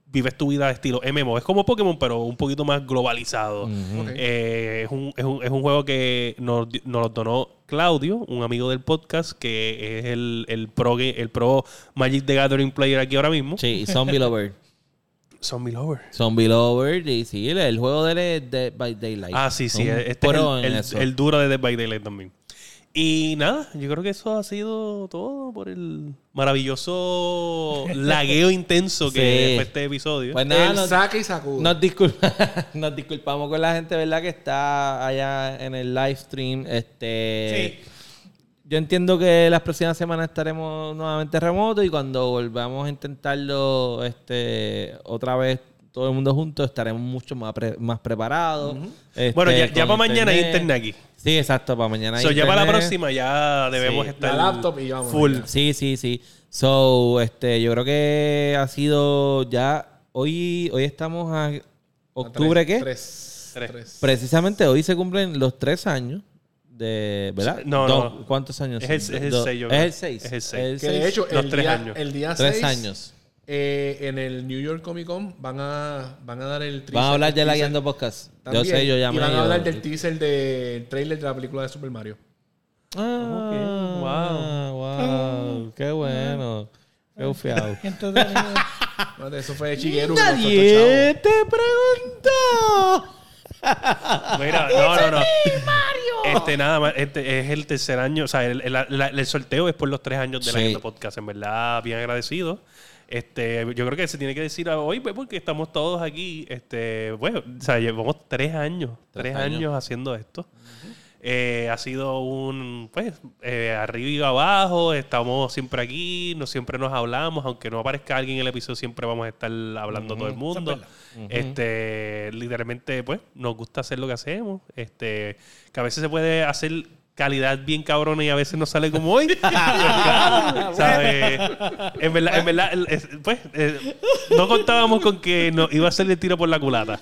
S4: vives tu vida estilo MMO. Es como Pokémon, pero un poquito más globalizado.
S3: Ok.
S4: Eh, es, un, es, un, es un juego que nos, di- nos lo donó Claudio, un amigo del podcast, que es el, el, pro, ga- el pro Magic the Gathering player aquí ahora mismo.
S1: sí, y Zombie Lover.
S4: Zombie Lover.
S1: Zombie Lover. Y sí, el juego de él es Dead by Daylight.
S4: Ah, sí, sí.
S1: Un
S4: Este es
S1: pro
S4: el,
S1: en
S4: el-
S1: eso.
S4: el duro de Dead by Daylight también. Y nada, yo creo que eso ha sido todo por el maravilloso lagueo intenso que
S1: Sí.
S4: fue este episodio.
S1: Pues nada,
S3: el
S1: nos-
S3: saca y sacude.
S1: Nos, disculpa- nos disculpamos con la gente, ¿verdad? Que está allá en el live stream. Este, Yo entiendo que las próximas semanas estaremos nuevamente remotos y cuando volvamos a intentarlo este, otra vez todo el mundo junto estaremos mucho más, pre- más preparados. Este,
S4: bueno, ya, ya
S1: con
S4: para mañana hay internet aquí.
S1: Sí, exacto, para mañana hay
S4: So, ya para la
S1: internet.
S4: próxima ya debemos
S1: Sí.
S4: estar
S3: La laptop y vamos.
S4: full.
S1: Sí, sí, sí. So, este, yo creo que ha sido ya hoy hoy estamos a octubre qué?
S3: Tres.
S4: Tres.
S3: Tres.
S1: Precisamente hoy se cumplen los tres años de. ¿Verdad?
S4: No,
S1: Dos-
S4: no.
S1: ¿Cuántos años?
S4: Es el-
S1: son?
S4: es el
S1: Dos-
S4: seis, yo
S1: Es
S4: creo.
S1: el seis.
S4: Es el seis.
S3: Que de hecho,
S4: Los
S3: el,
S4: tres
S3: día,
S4: años.
S3: el día
S1: Tres
S3: seis,
S1: años.
S3: eh, en el New York Comic Con van a, van a dar el
S1: Van a hablar de la
S3: teaser
S1: guiando podcast. Yo
S3: también.
S1: sé, yo llamé.
S3: Y van a
S1: yo-
S3: hablar del teaser del trailer de la película de Super Mario.
S1: Ah, wow. Qué bueno. Qué ufiado.
S2: Entonces,
S3: Espérate, Eso fue de Chiguero.
S1: Nadie te preguntó.
S4: Mira, no, no, no. Este, nada más, este es el tercer año, o sea, el, el- la- el sorteo es por los tres años de la
S1: Sí.
S4: Agenda Podcast, en verdad, bien agradecido. Este, yo creo que se tiene que decir hoy, pues, porque estamos todos aquí, este, bueno, o sea, llevamos tres años, tres,
S1: Tres
S4: años.
S1: años.
S4: haciendo esto. Eh, ha sido un, pues, eh, arriba y abajo, estamos siempre aquí, no siempre nos hablamos, aunque no aparezca alguien en el episodio, siempre vamos a estar hablando todo el mundo. Este, literalmente, pues, nos gusta hacer lo que hacemos. Este, que a veces se puede hacer calidad bien cabrona y a veces no sale como hoy. ¿Sabes? En verdad, en verdad, el- es- pues, eh, no contábamos con que nos iba a hacer el tiro por la culata.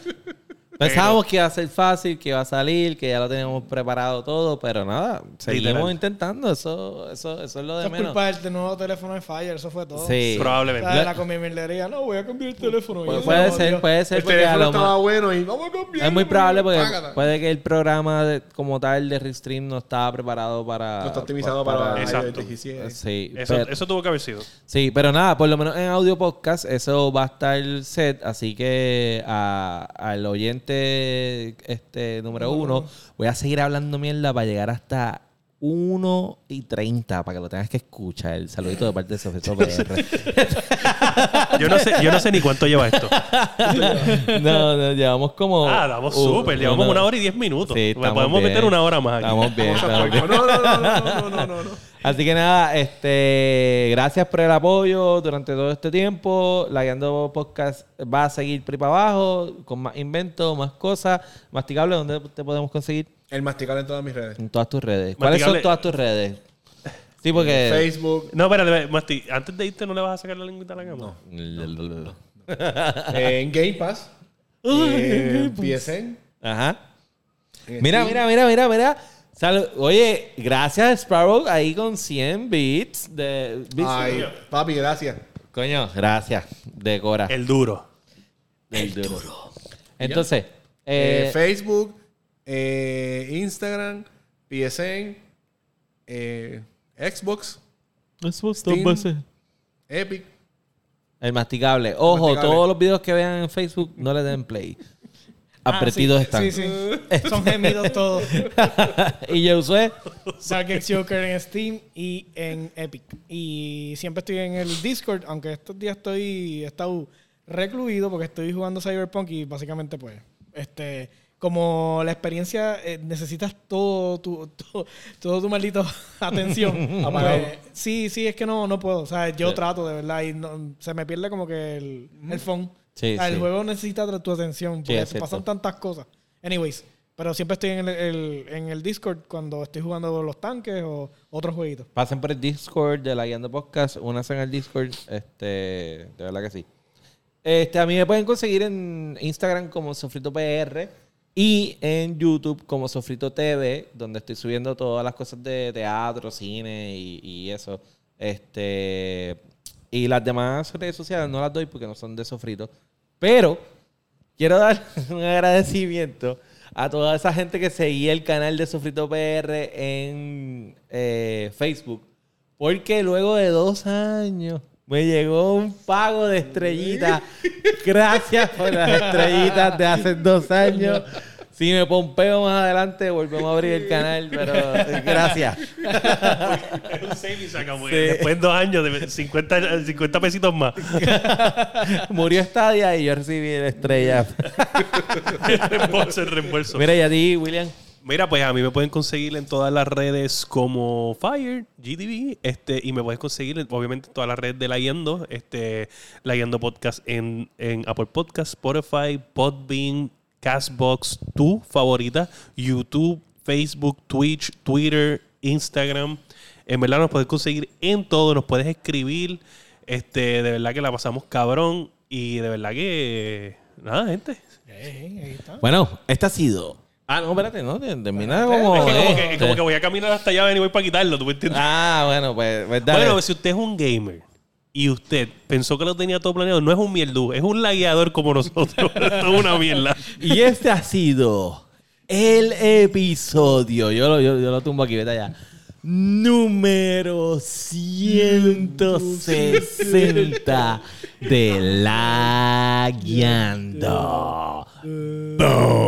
S1: Pensábamos que iba a ser fácil, que iba a salir, que ya lo teníamos preparado todo, pero nada, seguimos
S4: Literal.
S1: intentando. Eso, eso, eso es lo de
S2: eso es
S1: menos.
S2: culpa del nuevo teléfono de Fire, eso fue todo.
S1: Sí.
S2: O
S4: Probablemente.
S2: sea, la comimilería, no, voy a cambiar el teléfono.
S1: Pu-
S2: Y eso,
S1: puede
S2: no,
S1: ser, pues,
S2: Dios.
S1: puede ser,
S3: El
S1: porque a
S3: teléfono
S1: lo
S3: estaba
S1: más-
S3: bueno y vamos a cambiar.
S1: es muy probable porque
S3: Págata.
S1: puede que el programa de- como tal de Restream no estaba preparado Ah, para.
S3: No está optimizado para,
S4: Exacto.
S3: iOS 17.
S1: Sí,
S4: Eso,
S1: pero-
S4: eso tuvo que haber sido.
S1: Sí, pero nada, por lo menos en audio podcast eso va a estar set, así que a- al oyente este número uno voy a seguir hablando mierda para llegar hasta 1 y 30 para que lo tengas que escuchar. El saludito de parte de Sofía PR.
S4: Yo no sé, yo no sé ni cuánto lleva esto.
S1: No, no, llevamos como...
S4: Ah, damos súper. Llevamos una hora y diez
S1: Uh,
S4: minutos.
S1: Sí, estamos
S4: Podemos meter
S1: bien.
S4: una hora más aquí.
S1: Estamos bien,
S3: Vamos a
S1: estamos bien.
S3: puerco. No, no, no, no, no, no, no, no.
S1: Así que nada, este, gracias por el apoyo durante todo este tiempo. La Guiando Podcast va a seguir por ahí para abajo, con más inventos, más cosas. Masticable, ¿dónde te podemos conseguir?
S3: El masticable en todas mis redes.
S1: En todas tus redes. ¿Cuáles
S4: Masticable-
S1: son todas tus redes? Sí, porque...
S3: Eh. Facebook,
S4: No, espérate, Masti, antes de irte, ¿no le vas a sacar la lengüita a la cámara?
S3: eh, en Game Pass, eh, PSN.
S1: Ajá.
S3: en
S1: Mira,
S3: Steam.
S1: mira, mira, mira, mira. Salud. Oye, gracias Sparrow ahí con 100 bits de... bits.
S3: Ay, papi, gracias.
S1: Coño, gracias. De Cora.
S4: El duro.
S1: Del duro. Entonces,
S3: Eh,
S1: eh,
S3: Facebook, eh, Instagram, PSN, eh, Xbox, Steam, Epic.
S1: El masticable. Ojo,
S3: Masticable.
S1: todos los videos que vean en Facebook no le den play.
S2: Ah,
S1: Apretidos
S2: sí,
S1: están.
S2: Sí, sí. Son gemidos todos.
S1: y yo usé.
S2: Sargex Joker en Steam y en Epic. Y siempre estoy en el Discord, aunque estos días estoy he estado recluido porque estoy jugando Cyberpunk y básicamente pues este como la experiencia eh, necesitas todo tu todo, todo tu maldito atención.
S3: Apagado.
S2: Pues, sí, sí, es que no no puedo, o sea, yo trato de verdad y no- se me pierde como que el el phone.
S1: Sí,
S2: O sea, el
S1: sí.
S2: juego necesita tra- tu atención
S1: Sí,
S2: porque
S1: es
S2: te pasan
S1: cierto.
S2: tantas cosas. Anyways, pero siempre estoy en el, el- en el Discord cuando estoy jugando los tanques o otros jueguitos.
S1: Pasen por el Discord de la Guiando Podcast. Únanse al Discord. Este, de verdad que sí. Este, a mí me pueden conseguir en Instagram como Sofrito PR y en YouTube como Sofrito TV, donde estoy subiendo todas las cosas de teatro, cine y, y eso. Este, y las demás redes sociales no las doy porque no son de Sofrito. Pero Quiero dar un agradecimiento a toda esa gente que seguía el canal de Sofrito PR en eh, Facebook. Porque luego de dos años me llegó un pago de estrellitas. Gracias por las estrellitas de hace dos años. Si me pompeo más adelante, volvemos a abrir el canal. Pero eh, gracias.
S4: Es un save y se acabó. Después de dos años, de 50, 50 pesitos más.
S1: Murió Stadia y yo recibí la estrella.
S4: reembolso, el reembolso.
S1: Mira, y a ti, William.
S4: Mira, pues a mí me pueden conseguir en todas las redes como Fire, GTV, este, y me puedes conseguir en, obviamente en todas las redes de La Yendo, este, La Yendo Podcast en, en Apple Podcast, Spotify, Podbean, Castbox, tu favorita, YouTube, Facebook, Twitch, Twitter, Instagram. En verdad nos puedes conseguir en todo, nos puedes escribir. Este, de verdad que la pasamos cabrón y de verdad que nada, gente.
S2: ahí está.
S1: Bueno, esta ha sido. Ah, no, espérate, no, te- termina como.
S4: Es que como,
S1: eh,
S4: que, como que voy a caminar hasta allá ven, y voy para quitarlo, ¿tú me entiendes?
S1: Ah, bueno, pues, pues dale.
S4: Bueno, si usted es un gamer y usted pensó que lo tenía todo planeado, no es un mierdú, es un lagueador como nosotros. Esto es una mierda.
S1: Y este ha sido el episodio. Yo lo, yo, yo lo tumbo aquí, vete allá. número 160 de La Guiando. Boom.